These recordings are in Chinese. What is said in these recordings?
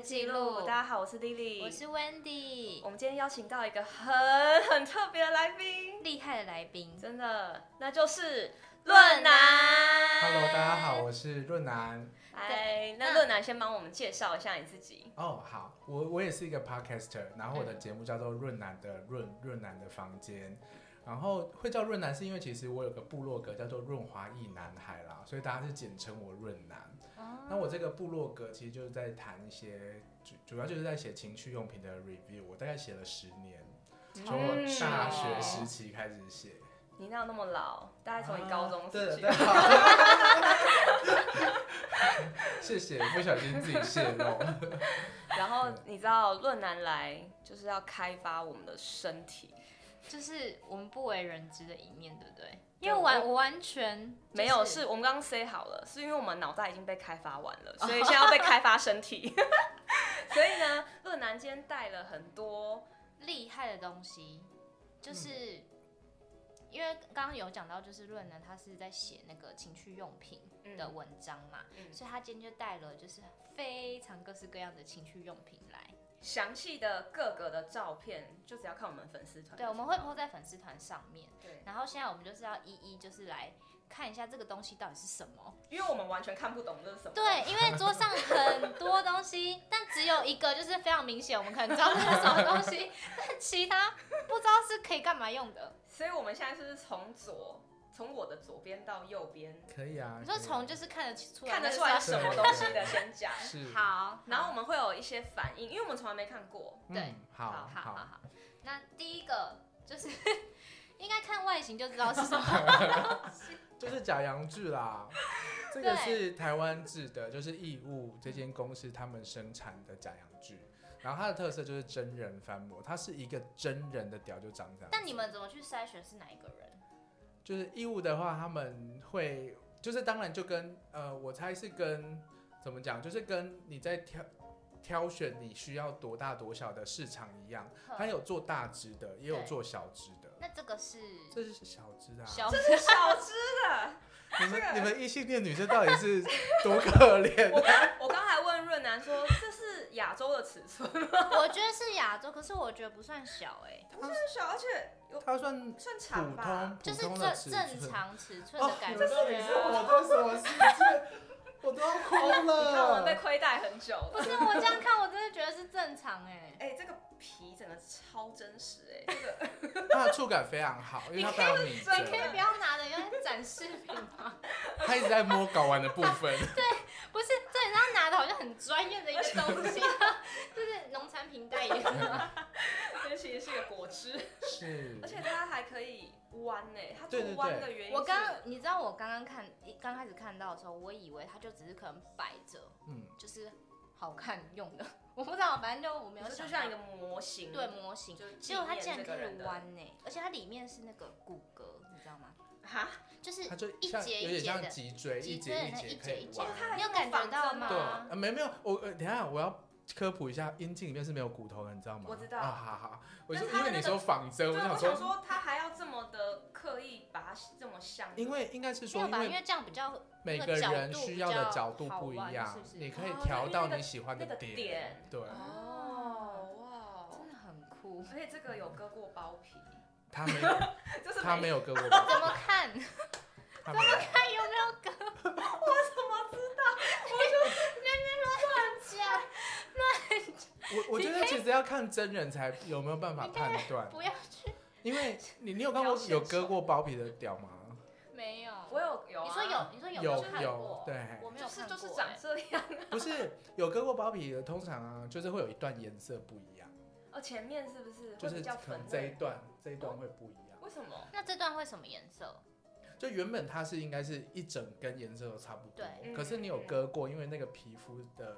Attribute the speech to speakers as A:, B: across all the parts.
A: 记录
B: 大家好，我是 Lily，
A: 我是 Wendy，
B: 我们今天邀请到一个很很特别的来宾，
A: 厉害的来宾，
B: 真的，那就是
A: 论
B: 论
A: 男
B: 男。
C: Hello，大家好，我是润南。
B: 哎，
A: 那
B: 那论男先帮我们介绍一下你自己。
C: 哦、好，我我也是一个 podcaster，然后我的节目叫做润南的润润南的房间。然后会叫润南，是因为其实我有个部落格叫做润滑一男孩啦，所以大家是简称我润南。那我这个部落格其实就是在谈一些，主主要就是在写情趣用品的 review，我大概写了十年，从我
B: 嗯
C: 大学时期开始写。
B: 你哪有那么老？大概从你高中
C: 啊对
B: 时
C: 的
B: 期。
C: 对的谢谢，不小心自己泄露。
B: 然后你知道论男来就是要开发我们的身体，
A: 就是我们不为人知的一面，对不对？
B: 对
A: 因为完
B: 我
A: 我完全就是
B: 没有，是我们刚刚 say 好了，是因为我们脑袋已经被开发完了，
A: 哦
B: 所以现在要被开发身 体。所以呢，论男今天带了很多，
A: 厉害的东西，就是、
B: 嗯
A: 因为刚刚有讲到，就是论呢，他是在写那个情趣用品的文章嘛，
B: 嗯
A: 所以他今天就带了就是非常各式各样的情趣用品来。
B: 详细的各个的照片，就只要看我们粉丝团。
A: 对，我们会 po 在粉丝团上面。
B: 对，
A: 然后现在我们就是要一一就是来看一下这个东西到底是什么。
B: 因为我们完全看不懂这是什么。
A: 对，因为桌上很多东西，但只有一个就是非常明显，我们可能知道它是什么东西，但其他不知道是可以干嘛 用的。
B: 所以我们现在是不是从左，从我的左边到右边，
C: 可以啊。
A: 你说
C: 可以啊
A: 从就是看得出来，
B: 看得出来
C: 是
B: 什么东西的先讲，
C: 是
A: 好，
B: 然后我们会有一些反应，因为我们从来没看 过。
A: 对
C: 嗯，好
A: 好好好，那第一个就是 应该看外形就知道是什么。
C: 就是假洋剧啦。 这个是台湾制的，就是义务这间公司他们生产的假洋剧，然后它的特色就是真人翻模，它是一个真人的屌就长这样子。
A: 但你们怎么去筛选是哪一个人？
C: 就是义务的话，他们会就是当然就跟呃，我猜是跟怎么讲，就是跟你在挑挑选你需要多大多小的市场一样，它有做大只的，也有
A: 嗯对
C: 做小只的。
A: 那这个是
C: 这是小只的、啊，
A: 小
B: 这是小只的，
C: 你们
B: 这个
C: 你们异性恋女生到底是多可怜？
B: 我刚我刚还问润南说这是亚洲的尺寸，
A: 我觉得是亚洲，可是我觉得不算小哎、
B: 这小而且有
C: 它算
B: 算
C: 普通
B: 长吧，
C: 普
A: 就是
C: 通的尺
A: 正
C: 寸
A: 正常尺寸
C: 哦
A: 的，感
C: 你
A: 觉、啊
C: 们到底是我做什么事情？我都要哭
B: 你看我们被
C: 了。
B: 亏待很久
A: 不
B: 了。
A: 是我这样看，我真的觉得是正常哎、
B: 哎、这个皮整个超真实哎、这个
C: 它的触感非常好，因为它非常拟
B: 你
A: 你可
C: 真，
A: 以不要拿着用来展示品 吗？
C: 它一直在摸睾丸的部分。
A: 不是，这你要拿的好像很专业的一个东西、啊，就是农产品代言 啊。
B: 这其实是个果汁，
C: 是
B: 而且它还可以弯哎、它做
C: 对对对
B: 弯的原因是
A: 我刚，你知道我刚刚看一刚开始看到的时候，我以为它就只是可能摆着，
C: 嗯，
A: 就是好看用的， 我不知道，反正就我没
B: 你
A: 有
B: 说
A: 想
B: 就
A: 到
B: 像一个模型，
A: 对模型，
B: 就是纪
A: 结果它
B: 念
A: 竟
B: 这
A: 然
B: 个
A: 可
B: 人
A: 以
B: 的
A: 弯呢、而且它里面是那个骨骼，你知道吗？
B: 哈，
A: 就是
C: 它就
A: 一
C: 像
A: 节一
C: 有点
A: 节的
C: 像脊椎，
A: 脊
C: 一
A: 椎
C: 节
A: 的那
C: 节
A: 一
C: 可
A: 节一
C: 以
A: 节
C: 弯。
B: 哦它还
A: 你有
B: 可以
A: 感觉
B: 仿
A: 到
B: 真
A: 吗？
C: 对，
B: 啊
C: 呃没没有，我呃，等一下我要科普一下，阴茎里面是没有骨头的，你知道吗？
B: 我知道
C: 啊，好好，我
B: 但
C: 是
B: 它
C: 因
B: 的
C: 为你
B: 那个
C: 说仿真，
B: 对，
C: 我
A: 啊
B: 我
C: 想
B: 想
C: 说，
B: 说它还要这么的刻意把它这么像，
C: 因为应该是
A: 没
C: 说，
A: 有
C: 因
A: 吧？因
C: 为哦
A: 为这样比较
C: 每
A: 那
C: 个
A: 个角
C: 人
A: 度
C: 需
A: 比
C: 要的
A: 较
C: 角度
A: 好
C: 不一
A: 玩
C: 样
A: 是不，是
C: 你可以
B: 哦对
C: 调
B: 因为
C: 到
B: 那个
C: 你喜欢
B: 那
C: 的
B: 个
C: 点
B: 点，
C: 对，
B: 哦哇哦
A: 真，的很酷，
B: 而且这个有割过包皮，
C: 他没有，
B: 这是
C: 他
B: 没
C: 没有跟我，
A: 怎么看？
C: 他没有，
A: 看有没有割？我怎么知道？
C: 我我觉得其实要看真人才有没有办法
A: 你
C: 判
A: 我
C: 断
A: 就，不要去，
C: 因为你你有看过
B: 表现
C: 有
B: 手
C: 割过包皮的屌吗？
A: 没有。
B: 我有有、啊，
A: 你说有，你说有没
C: 有
A: 看
C: 有
A: 过，？
C: 对，
A: 我没有
B: 就是
A: 看
B: 就是
A: 过
B: 长
A: 欸
B: 这样，
C: 不是有割过包皮的，通常啊，就是会有一段颜色不一样，
B: 哦前面是不是会
C: 就是
B: 比较
C: 可
B: 粉
C: 能这一
B: 嫩？
C: 段这一段会不一样。
B: 为什么？
A: 那这段会什么颜色？
C: 就原本它是应该是一整根颜色都差不多
A: 对，
C: 可是你有割过，因为那个皮肤的，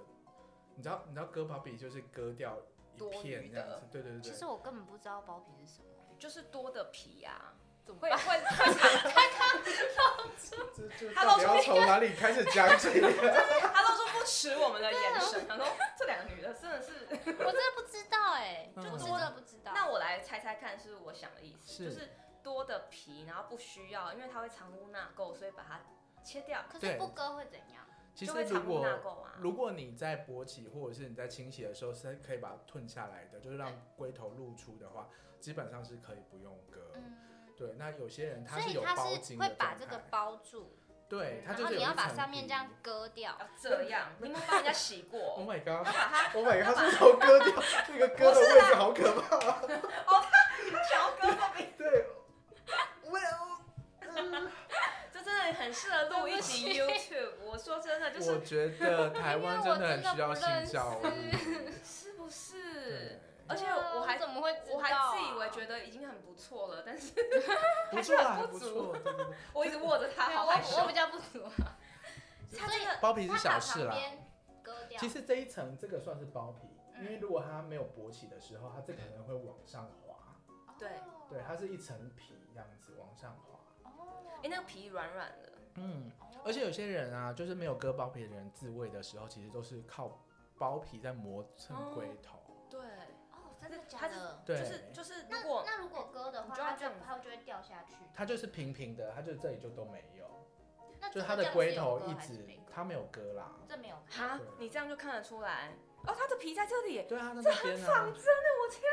C: 你知道你知道割包皮就是割掉一片这样子，对对
A: 其
C: 对
A: 实
C: 对。
A: 我根本不知道包皮是什么，
B: 就是多的皮啊，
A: 怎么
B: 会
A: 办？
B: 会会长，
C: 这就
B: 它
C: 到底
B: 露出
C: 要从哪里开始讲 起？
B: 他都说不耻我们的眼神，他说这两个女的真的是。
A: 啊我真的不知道哎，
C: 嗯
A: 我是真的不知道。
B: 那我来猜猜看，是我想的意思，
C: 是
B: 就是多的皮，然后不需要，因为它会藏污纳垢，所以把它切掉。
A: 可是
C: 对
A: 不割会怎样？
C: 其
B: 就
C: 实
B: 会
C: 如
B: 藏污
C: 果
B: 纳垢啊。
C: 如果你在勃起或者是你在清洗的时候是可以把它吞下来的，就是让龟头露出的话，基本上是可以不用割。
A: 嗯，
C: 对，那有些人他
A: 所以
C: 有
A: 它
C: 包
A: 是
C: 巾
A: 会
C: 的
A: 把
C: 状
A: 这个
C: 态，
A: 包住，
C: 对，它
A: 然
C: 就
A: 后
C: 是有
A: 你
C: 一
A: 要把
C: 层
A: 上面
C: 皮
A: 这样割掉。
B: 要这样，你有没有帮人家洗
C: Oh
B: 过？
C: my god！
B: 要把它
C: Oh my god！他是头割掉，那个割的位置好可怕。
B: 它想要割到你，
C: 对，Well，嗯
B: 这真的很适合录一集 YouTube。我说真的，就是
C: 我觉得台湾真的很需要性教
A: 因为我真的
C: 育。
B: 是不
C: 对
B: 是？而且我还
A: 怎么会知道啊？
B: 我还自以为觉得已经很不错了，但是
C: 不
B: 还
C: 错
B: 是
C: 啊，
B: 很
C: 还
B: 不
C: 不
B: 足
C: 错。对对对
B: 我一直握着它，
A: 没有
B: 好害
A: 我我
B: 羞
A: 比。较不足啊，
B: 它
A: 所
B: 真
A: 以
B: 的
C: 包皮
A: 它
C: 是
A: 把
C: 小事
A: 旁
C: 啦。
A: 边割掉。
C: 其实这一层这个算是包皮，因为
A: 嗯
C: 如果它没有勃起的时候，它这个可能会往上滑。
B: 对
A: 哦
C: 对，它是一层皮这样子往上滑。
A: 哦
B: 哎、那个皮软软的，
C: 嗯，而且有些人啊，就是没有割包皮的人自慰的时候，其实都是靠包皮在磨蹭龟头。
B: 对，
A: 哦，真的假
B: 它是
A: 的？
C: 对，
B: 就是就是，
A: 那
B: 如果
A: 那如果割的话，
B: 你就要
A: 它
B: 这
A: 就
B: 样子
A: 它就会掉下去。
C: 它就是平平的，它就这里就都没有，
A: 那
C: 就是
A: 它
C: 它的龟头一直它
A: 它
C: 没有割啦。
A: 这没有割
B: 哈
C: 对，
B: 你这样就看得出来。哦，它的皮在这里，
C: 对啊，在那边啊。
A: 哦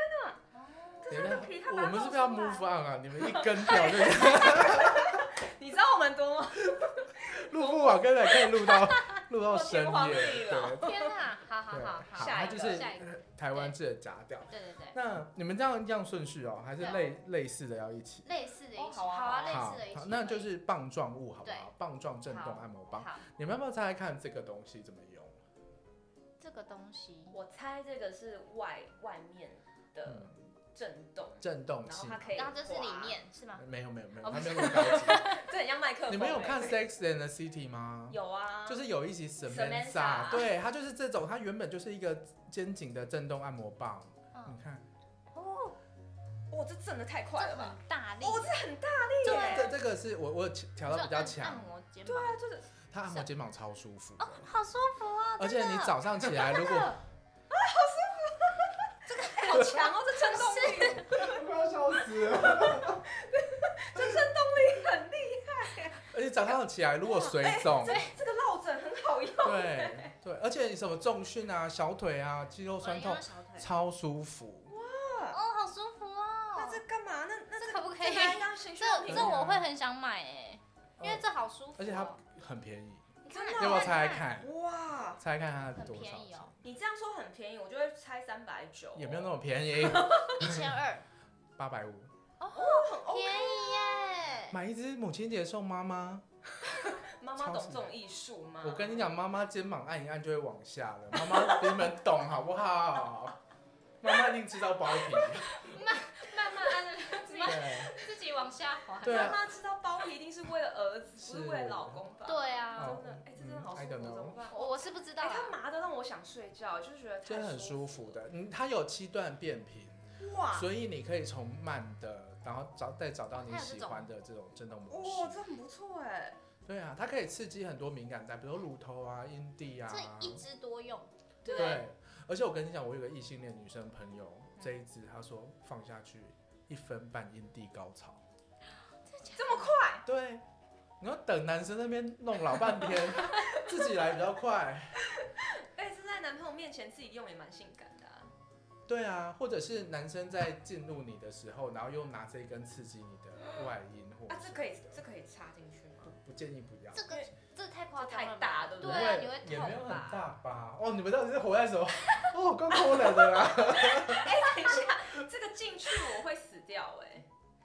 B: 这是它的皮它
C: 我
B: 把它
C: 们是
B: 露
C: 不是要
B: 出来
C: move on 啊？你们 一根掉 这个
B: 你知道我们多么？
C: 录不完，根本可以 录到录到
B: 我
C: 深
B: 天荒
C: 夜。
B: 地老
C: 对，
A: 哦天哪！ 好好
C: 对
A: 好
C: 好
A: 下
B: 它
A: 一个，
C: 就是
A: 下一个，
C: 台湾制的夹掉。
A: 对对
B: 哦
A: 对，
C: 那你们这样这样顺序哦，还是
A: 对啊
C: 类类似的要一起？
A: 类似的一
B: 哦
A: 起，
B: 好啊
A: 啊，类
C: 好
A: 似的一起
C: 好
A: 可以，，
C: 那就是棒状物，好不好
A: 对？
C: 棒状震动按摩棒，
A: 好，
C: 你们要不要猜猜看这个东西怎么用？
A: 这个东西
B: 我猜这个是外外面的
C: 嗯，
B: 震动，
C: 震动
B: 呃然后
C: 器。
B: 它可以，
A: 然后这是里，面是吗？
C: 没有没有没有，
A: 哦
C: 它
A: 不
C: 没有那么高 级。
B: 这很像麦克风。
C: 你们有
B: 欸
C: 看《Sex and the City》吗？
B: 有啊，
C: 就是有一集
B: Samantha
C: Samantha，对，它就是这种，它原本就是一个肩颈的震动按摩棒。
A: 嗯
C: 你，看，
A: 哦，
B: 哇，这震的太快
A: 这
B: 了吧！
A: 很大力，
B: 哦，这很大
C: 这
B: 力耶！
C: 这这个是我我调
A: 你
C: 到
A: 说
C: 比较
A: 按按
C: 强，
A: 摩肩
B: 对
A: 膀，
B: 啊，就是
C: 它按摩肩膀超舒服的
A: 哦，好舒服哦，
C: 而且
A: 真的啊
C: 你早上起来如果
B: 好强 哦，这震动力
C: 我要笑死了！
B: 很厉
C: 而且早上起来如果水肿，
A: 哎
B: 害，这个落枕很好用。
C: 对对，而且你什么重训啊、小腿啊、肌肉
A: 我
C: 酸
A: 用
C: 痛，
A: 哦小腿，
C: 超舒服。
A: 哦，好舒服哦，
B: 啊那这干嘛？那那
A: 这可不可
B: 这
A: 以？
B: 拿来当情趣用
A: 这
B: 品
A: 这我会很想买哎、
C: 嗯
A: 因为这好舒服哦、
C: 而且它很便宜，
A: 你看
B: 真的
C: 要不
B: 我
C: 要猜猜
A: 看？
C: 看？
B: 哇，
C: 猜看它
A: 很
C: 多少
A: 便宜
C: 钱？
A: 哦，
B: 你这样说很便宜，我就会猜三百九，
C: 也没有那么 便宜，
A: 一千 二，
C: 八百五。
B: 很 OK
A: 便宜耶！
C: 买一只母亲节送妈妈，
B: 妈妈懂这种艺术吗？
C: 我跟你，讲，妈妈肩膀按一按就会往下了。妈妈比你们懂好不好？妈妈一定知道包 皮，
A: 慢慢按着自己
C: 对，
A: 自己往下滑。
C: 对啊
B: 妈妈知道包皮一定是为了儿子，不是
C: 是
B: 为了老公吧？，
A: 对啊，
B: 真的，哎，这真的好舒服，
C: 嗯，I
B: 怎
C: don't know
B: 么办？
A: 我我是不知道
B: 哎，
A: 啊、
B: 它麻的让我想睡觉，就是觉得太
C: 真的很舒服的。嗯，它有七段变频，
B: 服。哇，
C: 所以你可以从慢的，然后找再找到你
A: 它有这
C: 喜
A: 种
C: 欢的这种震动模
B: 哇，
C: 式。
B: 这很不错哎。
C: 对啊，它可以刺激很多敏感带，比如乳头啊、阴蒂啊。
A: 这一支多用，
C: 对，而且我跟你讲，我有个异性恋女生朋友，这一支她说放下去一分半阴蒂高潮。
B: 这么快，
C: 对，你要等男生那边弄老半天， 自己来比较快。
B: 哎，这在男朋友面前自己用也蛮性感的啊。
C: 对啊，或者是男生在进入你的时候，然后又拿这一根刺激你的外阴或
B: 啊，
C: 者
B: 这
C: 是
B: 可以，这可以插进去 吗？
C: 不建议不要。
A: 这个
B: 因为
A: 这太夸张
B: 太
A: 了吧，
B: 大对不
A: 对
B: 对
A: 啊，你会
C: 也没有
A: 痛
C: 很
A: 吧？
C: 大吧？哦，你们到底是活在什么？哦，够抠冷的啦！
B: 哎，等一下，这个进去我会死掉哎，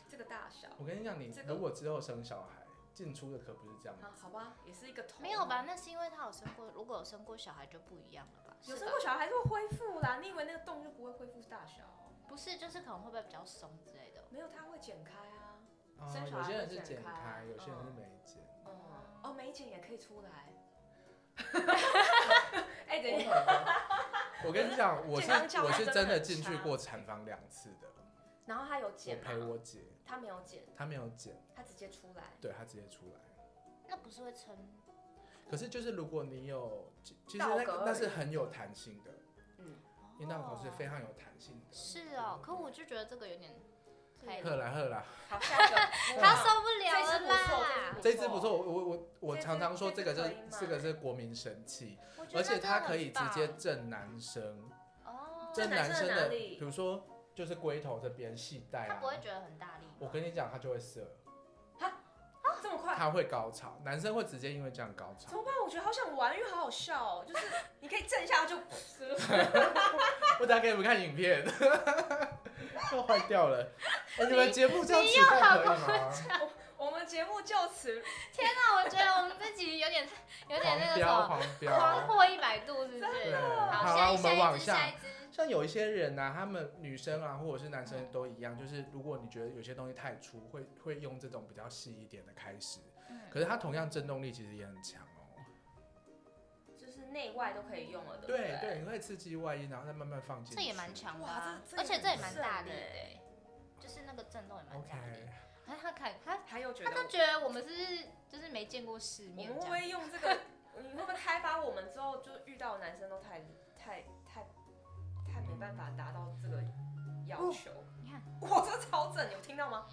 B: 这个大小。
C: 我跟你讲，你
B: 这个
C: 如果之后生小孩，进出的可不是这样。
B: 啊，好吧，也是一个头。
A: 没有吧？？那是因为他有生过，如果有生过小孩就不一样了吧？
B: 有
A: 是啊
B: 生
A: 吧
B: 过小孩还是会恢复啦，你以为那个洞就不会恢复大小哦？
A: 不是，就是可能会不会比较松之类的。
B: 没有，它会剪开啊。
C: 啊
B: 生小
C: 有
B: 孩
C: 些人
B: 会
C: 是
B: 剪
C: 剪
B: 开
C: 开，有些人是
B: 嗯
C: 没剪。
B: 哦，哦，没剪也可以出 来。哎，等一
C: Oh
B: 下，
C: my god 我跟你讲，我是
B: 健康教育
C: 我是
B: 真的
C: 真的
B: 很
C: 进去
B: 差
C: 过产房两次的，
B: 然后他有
C: 我
B: 剪
C: 陪
B: 吗？
C: 我姐，
B: 他没有剪，
C: 她没有剪，
B: 他直接出来。
C: 对她直接出来。
A: 那不是会撑？
C: 可是就是如果你有，其其实
B: 道
C: 那
B: 格
C: 个
B: 而
C: 那
B: 已
C: 是很有弹性的，
B: 嗯，
C: 阴道口是
A: 哦
C: 非常有弹性的。
A: 是哦，可我就觉得这个有点太
B: 对
C: 赫来赫来，。
B: 好，下一个
A: 他受不
B: 这
A: 了
B: 次
A: 了
B: 不错，这次
A: 啦
B: 不！
C: 这支不错，我我我我
B: 这支
C: 常常说
B: 这
C: 这
B: 支
C: 个
B: 可
C: 是
B: 以买
C: 这个是国民神器，
A: 我觉得
C: 而且
A: 真的
C: 它可
A: 很
C: 以直
A: 棒
C: 接正男生，
A: 哦，
B: 正男
C: 男
B: 生
C: 生
B: 的哪
C: 的，
B: 里
C: 比如说就是龟头这边系带
A: 他
C: 啊
A: 不，会觉得很大力吗。
C: 我跟你讲，他就会射，
B: 这么快？
C: 他会高潮，男生会直接因为这样高
B: 怎
C: 潮。
B: 么办？我觉得好想玩，因为好好笑哦。就是你可以震一下 就，
C: 我打给你们看影片，又坏掉了。哎，你们节目这样
A: 你
C: 子看可以吗？
B: 我们节目就此
A: 天哪，我觉得我们自己有点有点那
C: 狂
A: 个什
C: 飙
A: 么，
C: 狂
A: 狂
C: 飙。
A: 破一百度是不
C: 对，
A: 是？
C: 好
A: 好，
C: 啦，
A: 下
C: 我
A: 一
C: 们
A: 下
C: 往
A: 一支，下
C: 下
A: 一。支。
C: 像有一些人啊，他们女生啊，或者是男生都一样，就是如果你觉得有些东西太粗，会会用这种比较细一点的开始。
A: 嗯
C: 可是它同样震动力其实也很强哦。
B: 就是内外都可以用了，对不
C: 对
B: 对
C: 对，你会刺激外阴，然后再慢慢放进去。
A: 这也蛮强的、
B: 哇
A: 啊，
B: 这这也
A: 而且这也蛮
B: 很
A: 大力
B: 正
A: 的
B: 欸
A: 欸、就是那个震动也蛮
C: OK，
A: 大力的。他他看他
B: 还有觉
A: 他
B: 得
A: 都觉得我们是就是没见过世
B: 我
A: 面
B: 们会
A: 这
B: 不
A: 样。
B: 会用这个？ 你会不会开发我们之后就遇到的男生都太太太太没办法达到这个要求？
A: 你看，
B: 哇，这个超正，有听到吗？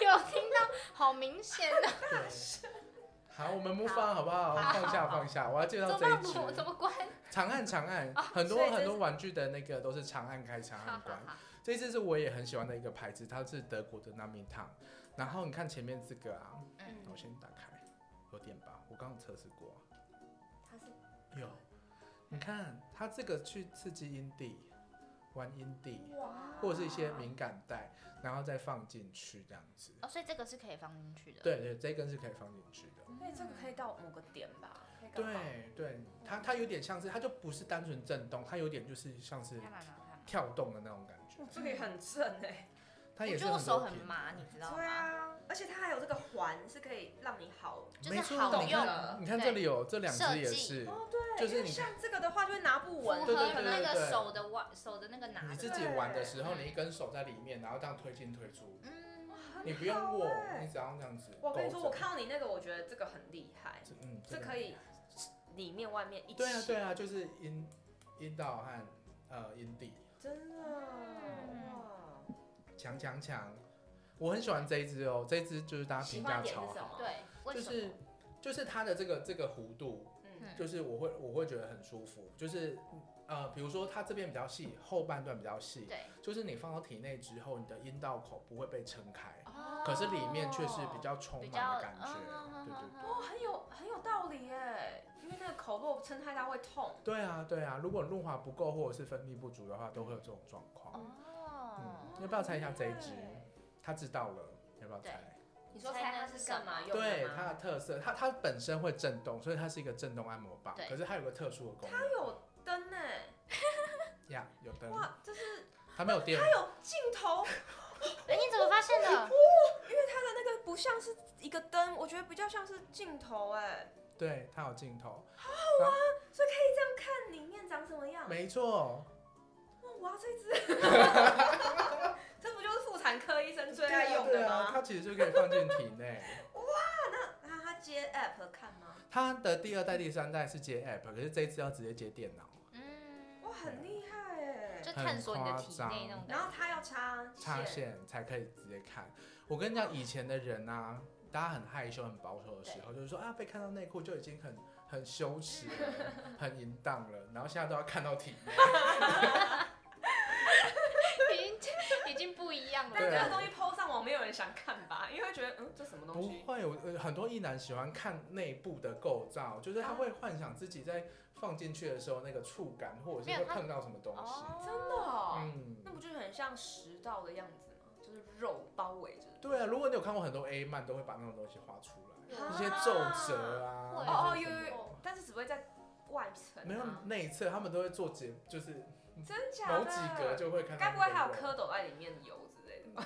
A: 有听到，好明显啊 的，
C: 对。好，我们不放好不好？
A: 好
C: 放下放下，我要介
A: 怎
C: 绍
A: 么
C: 这一
A: 办
C: 支
A: 我怎么哦关？
C: 长按长按，很
B: 所
C: 多
B: 以这
C: 很
B: 是
C: 多玩具的那个都是长按开长
A: 好
C: 按
A: 好
C: 关。
A: 好，
C: 这一支是我也很喜欢的一个牌子，它是德国的 Nami t a n 然后你看前面这个啊，
A: 嗯，
C: 我先打开，有点吧，我刚刚测试过、啊，
B: 他是
C: 有。你看它这个去刺激阴蒂，玩阴蒂，
B: 哇
C: 或者是一些敏感带，然后再放进去这样子。
A: 哦，所以这个是可以放进去的。，
C: 对对，这一根是可以放进去的。
B: 那这个可以到某个点吧？可以搞到
C: 对对，它它有点像是，它就不是单纯震动，它有点就是像是
A: 看嘛看嘛。
C: 跳动的那种感觉
B: 哇。这个也很正哎、
C: 它也
A: 我
C: 是
A: 觉得我
C: 很
A: 手
C: 多
A: 很
C: 品
A: 麻，
C: 牌
A: 你知道
B: 对
A: 吗？
B: 啊，而且它还有这个环是可以让你好
A: 就
C: 没
A: 是
C: 错啊
A: 好
C: 你
A: 用
C: 看，你看这里有这两只也是，
B: 哦，对，
C: 就是
B: 因为
C: 你
B: 像这个的话就会拿不
A: 符
B: 稳，
A: 合
C: 对对对
A: 那
C: 对
A: 个手的腕，手的那个拿
C: 你
A: 的
C: 自
A: 吧。
C: 己玩的时候，
A: 对
C: 你一根手在里面，然后这样推进推出，
A: 嗯，
C: 你不用握
B: 很好，欸
C: 你只要这样子勾着。
B: 啊我跟你说，我看到你那个，我觉得这个很厉害，
C: 这，嗯，
B: 这
C: 个
B: 可以里面外面一起。
C: 对啊，对啊，就是阴阴道和呃阴蒂，
B: 真的啊
A: 嗯
B: 哇！
C: 强强强，我很喜欢这一支哦，这一支就是大家
B: 喜
C: 评
B: 欢
C: 价
B: 点
C: 超
B: 是什么？，
C: 好，
A: 对，为
C: 就
A: 什
C: 是
A: 么？
C: 就是它的这个这个弧度，
B: 嗯，
C: 就是我会我会觉得很舒服，就是呃，比如说它这边比较细，后半段比较细，
A: 对，
C: 就是你放到体内之后，你的阴道口不会被撑开，
A: 哦
C: 可是里面却是比较充
A: 比
C: 满
A: 较
C: 的感觉。
A: 嗯
C: 对对
A: 嗯嗯
B: 哦，很有很有道理耶，因为那个口若撑太大会痛。
C: 对啊，对啊，如果润滑不够或者是分泌不足的话，都会有这种状况。
A: 哦
C: 嗯，要不要猜一下这一支
B: 对？
C: 他知道了，要不要
A: 对
C: 猜？
B: 你说猜它是干嘛用
C: 对
B: 的
C: 它
B: 吗？
C: 的特色，它它本身会震动，所以它是一个震动按摩棒
A: 对。
C: 可是它有个特殊的功能，
B: 它有灯哎，
C: 呀有灯，
B: 哇，就是
C: 它没有电
B: 它，有镜头，
A: 哎，你怎么发现的？
B: 它的那个不像是一个灯，我觉得比较像是镜头哎，
C: 对，它有镜头，
B: 看里面长什么样。
C: 没错，
B: 哇，我要这只，这不就是妇产科医生最爱用
C: 对
B: 的
C: 啊，
B: 吗？
C: 它其实就可以放进体内。
B: 那他接 app 看吗？
C: 它的第二代、第三代是接 App，可是这一次要直接接电脑，
A: 嗯，
B: 哇，很厉害哎！
A: 就探索你的体内那种
B: 然
A: 感
B: 后
A: 觉。
B: 他要插
C: 插线才可以直接看。我跟你讲，以前的人啊，大家很害羞、很保守的时候，就是说啊，被看到内裤就已经很很羞耻了、很淫荡了，然后现在都要看到体内。
A: 已经已经不一样了。
B: 但
C: 对
B: 这
C: 啊
B: 个东西 PO 上网没有人想看吧？因为会觉得嗯，这什么东
C: 不
B: 西？
C: 会，我呃很多异男喜欢看内部的构造，就是他会幻想自己在放进去的时候那个触感，或者
A: 没
C: 是
A: 有
C: 会
A: 他
C: 碰到什么东西。
A: 哦，
B: 真的哦，
C: 嗯，
B: 那不就是很像食道的样子吗？就是肉包围着。
C: 对啊，如果你有看过很多 A 漫，都会把那种东西画出来，
A: 啊
C: 一些皱褶啊。
A: 会
B: 哦
C: 或
B: 哦，
C: 者是
B: 有有
C: 什么
B: 有，但是只会在外层啊。
C: 没有内侧，他们都会做结，就是
B: 真假的？
C: 某几格就会看到
B: 该
C: 那个肉。
B: 不会还有蝌蚪在里面游之类的吧？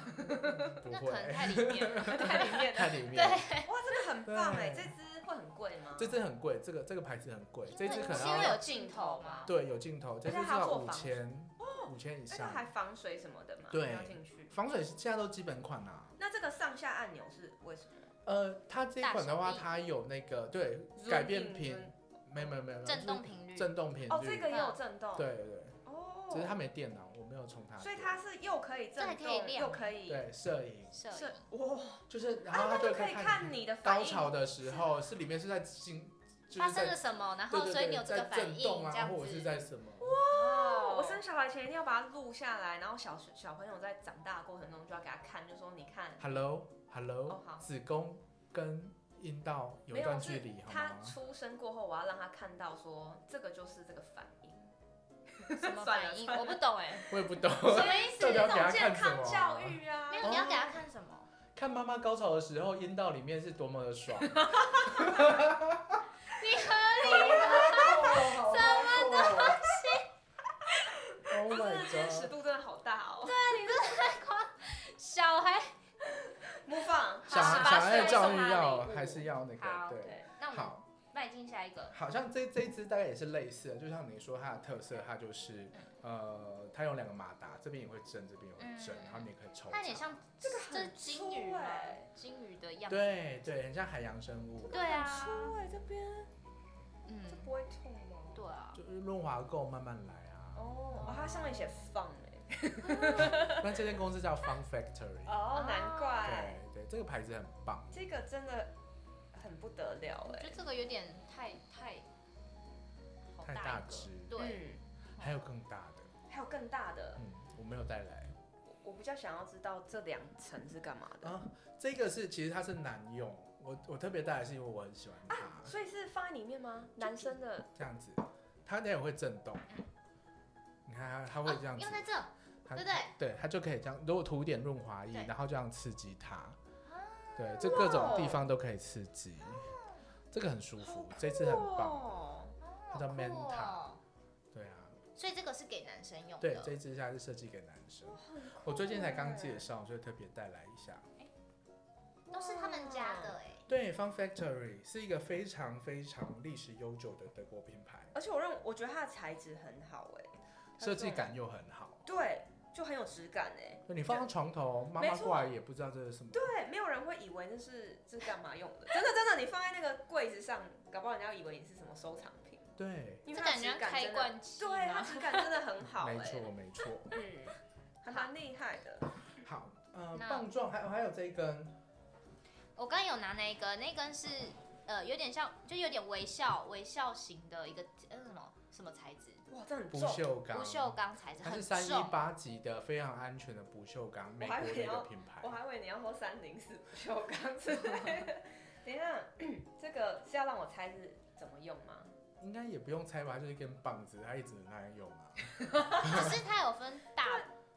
C: 不
A: 那可能
C: 会，
A: 太里面 了。
B: 在里面。
C: 看里面。
A: 对，
B: 哇，这个很棒哎！这
C: 对
B: 只会很贵吗？
C: 这只很贵，这个这个牌子很贵，这只可
A: 因
C: 能
A: 为
C: 要
A: 有镜头嘛。
C: 对有镜头，这只
B: 而且
C: 至
B: 它要
C: 少
B: 做
C: 五
B: 防
C: 千，五千以
B: 那它
C: 上。
B: 还防水什么的嘛？
C: 对
B: 要进去。
C: 防水现在都基本款啦、啊
B: 那这个上下按钮是为什么？
C: 呃，它这一款的
A: 大
C: 话，
A: 小臂
C: 它有那个对
B: Zoom
C: 改变
B: in,
C: 频
B: zoom，
C: 没有没有没有
A: 震动频率。
C: 震动频率。
B: 哦哦，这个也有震动。
C: 对对对，
B: 哦，
C: 只是它没电脑，我没没有冲他
B: 所以它是又可以震
A: 这还可
B: 动，
A: 以
B: 又
A: 亮
B: 可以
C: 对摄影，
A: 摄影
B: 是哇，
C: 就是然后
B: 啊，
C: 他
B: 那
C: 就
B: 就可以看
C: 你
B: 你的反
C: 高
B: 应，
C: 潮的时候是里面是在进，就
A: 发
C: 是
A: 生
C: 在
A: 了什么，然
C: 对
A: 后
C: 对
A: 所以
C: 对
A: 你有这个
C: 在
A: 反
C: 震
A: 应
C: 动
A: 这
C: 啊，
A: 样
C: 或者是在
A: 子。哦
C: 什么？
A: 哇
B: 哦我生小孩前一定要把它录下来，然后小小朋友在长大的过程中就要给他看，就说你看，
C: Hello Hello，、
B: 哦好
C: 子宫跟阴道有
B: 没
C: 一段
B: 有
C: 距
B: 是
C: 离，好
B: 他
C: 吗？
B: 出生过后，我要让他看到说这个就是这个反应，
A: 什么
B: 算了
A: 反应？
B: 算了
A: 我不懂哎，
C: 我也不懂，
A: 什么意思
C: 到底要
B: 这种
C: 给他
B: 健
C: 看什么
B: 康
C: 啊
B: 教育啊
A: 没，有，你要给他看什 么？
C: 看妈妈高潮的时候，阴道里面是多么的爽，
A: 你合理吗？
C: 什么东西？Oh
B: 真的
C: my
B: 真实
C: god！
B: 度真的好大哦。
A: 小孩
B: 模仿
C: 小孩
A: 18
C: 小孩的
A: 岁
C: 教
A: 送
C: 育
A: 他
C: 要
A: 礼物
C: 还是要那
A: 好
C: 个对。
B: 对，
A: 那我们
C: 好，
A: 迈进下一个，
C: 好像这这一支大概也是类似的，就像你说它的特色，它就是呃，它有两个马达，这边也会震，这边也会震，
A: 嗯
C: 然后你也可以抽
A: 它有点
C: 查。
A: 像
B: 这个
A: 这
B: 很
A: 是金鱼
B: 粗
A: 吗
B: 欸？
A: 金鱼的样子。
C: 对对，很像海洋生物。
A: 对啊，
B: 粗哎，这边这
A: 嗯，
B: 不会痛吗？
A: 对啊，
C: 就是润滑垢慢慢来啊。
B: 哦，哦它上面写放
C: 欸
B: 哎，
C: 那这间公司叫 Fun Factory，
B: 哦，难怪
C: 对对，这个牌子很棒。
B: 这个真的很不得了
A: 我觉
B: 哎
A: 得。这个有点太太好
C: 太
A: 大
C: 大
A: 一
C: 只
A: 个，对，
C: 嗯，还有更大的，
B: 还有更大的，
C: 嗯，我没有带来
B: 我我比较想要知道这两层是干嘛的，
C: 啊。这个是其实它是男用，我我特别带来是因为我很喜欢它，
A: 啊
B: 所以是放在里面吗？男生的
C: 这样子，它那也会震动。你看它它会这样
A: 嗯哦
C: 子
A: 用，在这，
C: 它
A: 对不对？
C: 对，它就可以这样，如果涂一点润滑液
A: 对，
C: 然后这样刺激它，对，这各种地方都可以刺激，这个很舒服，这次很棒，
B: 棒。
C: 它叫
A: 好酷
C: Manta
A: 哦
C: 对啊。
A: 所以这个是给男生用
C: 对
A: 的，，
C: 这一支现在是设计给男生。
B: 欸
C: 我最近才
B: 哦
C: 刚介绍，所以特别带来一下。
A: 都是他们家的哎。
C: 对，Fun Factory 是一个非常非常历史悠久的德国品牌，
B: 而且我认，我觉得它的材质很好哎、它
C: 设
B: 是
C: 计感又很好。
B: 对，就很有质感哎、
C: 你放到床头，妈
B: 没
C: 妈
B: 错
C: 过来也不知道这是什么。
B: 对，没有人会以为那是这是干嘛用的，真的真的，你放在那个柜子上，搞不好人家以为你是什么收藏品，
C: 对，
B: 因为
A: 这
B: 它
A: 感
B: 的
A: 觉
B: 质
A: 像
B: 感
A: 开
B: 真的，啊
A: 罐机
B: 对，它
A: 吗？
B: 质感真的很好哎、
C: 没错没错。
B: 嗯，还蛮厉害的。
C: 好，呃，
A: 那
C: 棒状还有还有这一根，
A: 我刚刚有拿那一根，那一根是呃有点像，就有点微笑微笑型的一个呃什么什么材质，
B: 哇，这很
C: 不
B: 重，
C: 锈
A: 不
C: 钢，
A: 锈钢材质，
C: 它
A: 很
C: 是三一
A: 重。
C: 八级的非常安全的不锈钢，美国
B: 还
C: 的
B: 以为
C: 一
B: 要
C: 个品牌
B: 我。还以为你要说三零四不锈钢之类 的。等一下，这个是要让我猜是怎么用吗？
C: 应该也不用猜吧，它就是一根棒子，它一直那样用啊。
A: 可是它有分大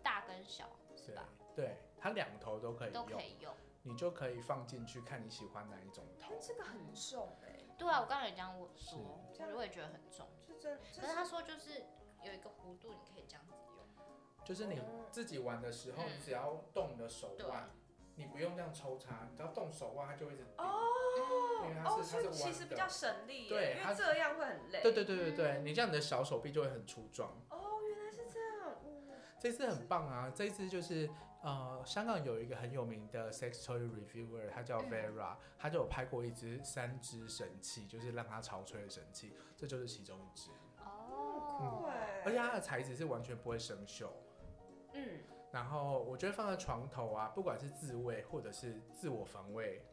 A: 大跟小，是
C: 对
A: 吧？
C: 对，它两头都可以
A: 都
C: 用
A: 可，以用。
C: 你就可以放进去看你喜欢哪一种头
B: 但。这个很重哎、
A: 对啊，我刚刚有这样我
C: 是
A: 说，就是我也觉得很重。
B: 就真，
A: 可是他说就是有一个弧度，你可以这样子用。
C: 就是你自己玩的时候，
A: 嗯
C: 你只要动你的手
A: 对
C: 腕，你不用这样抽插，你只要动手腕，它就会一直顶。因为它是
B: 哦，所以
C: 它是
B: 其
C: 弯
B: 实
C: 的
B: 比较省力耶，
C: 对
B: 因
C: 它
B: 为
C: 是
B: 这样会很累。
C: 对对对对对，
A: 嗯
C: 你这样你的小手臂就会很粗壮。
B: 哦，原来是这样，嗯
C: 这次很棒啊！这次就是呃，香港有一个很有名的 sex toy reviewer，他叫
A: 嗯
C: Vera，、他就有拍过一支三支神器，就是让他潮吹的神器，这就是其中一支。
A: 哦，
C: 而
B: 对，
C: 且它的材质是完全不会生锈，
B: 嗯，
C: 然后我觉得放在床头啊，不管是自慰或者是自我防 卫，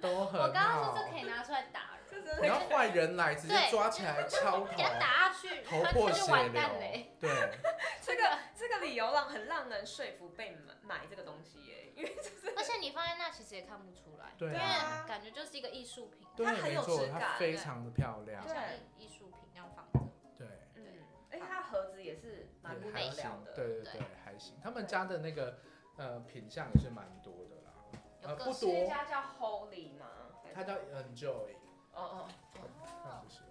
C: 都很好。
A: 我刚刚说这可以拿出来打人，
B: 这真
C: 你要
B: 的
C: 坏人来直接
A: 对
C: 抓起来敲头啊
A: 给，他打下去，
C: 头
A: 他
C: 破
A: 就
C: 血
A: 完
C: 流
A: 蛋 嘞。。
C: 对。
B: 这个这个理由让很让人说服被买买这个东西耶，因为
A: 而且你放在那其实也看不出来，
B: 啊
C: 对
A: 因为感觉就是一个艺术品，
C: 对，
B: 它很
C: 没
B: 有
C: 错，
B: 质
C: 它
B: 感
C: 非常的漂亮
A: 好。
B: 对
A: 像艺艺术品那样放着。
C: 对，
B: 嗯而
A: 对，
B: 且它盒子也是蛮不
C: 也
B: 得
C: 还
B: 了
C: 行。
B: 的，
C: 对对
A: 对
C: 对，还行。他们家的那个呃品相也是蛮多的啦，呃
A: 有
C: 不
A: 各
C: 多
A: 式
B: 这家叫 Holy 吗？
C: 它叫 Enjoy，
B: 哦哦
C: 看
A: 哦，
C: 这些。
A: 哎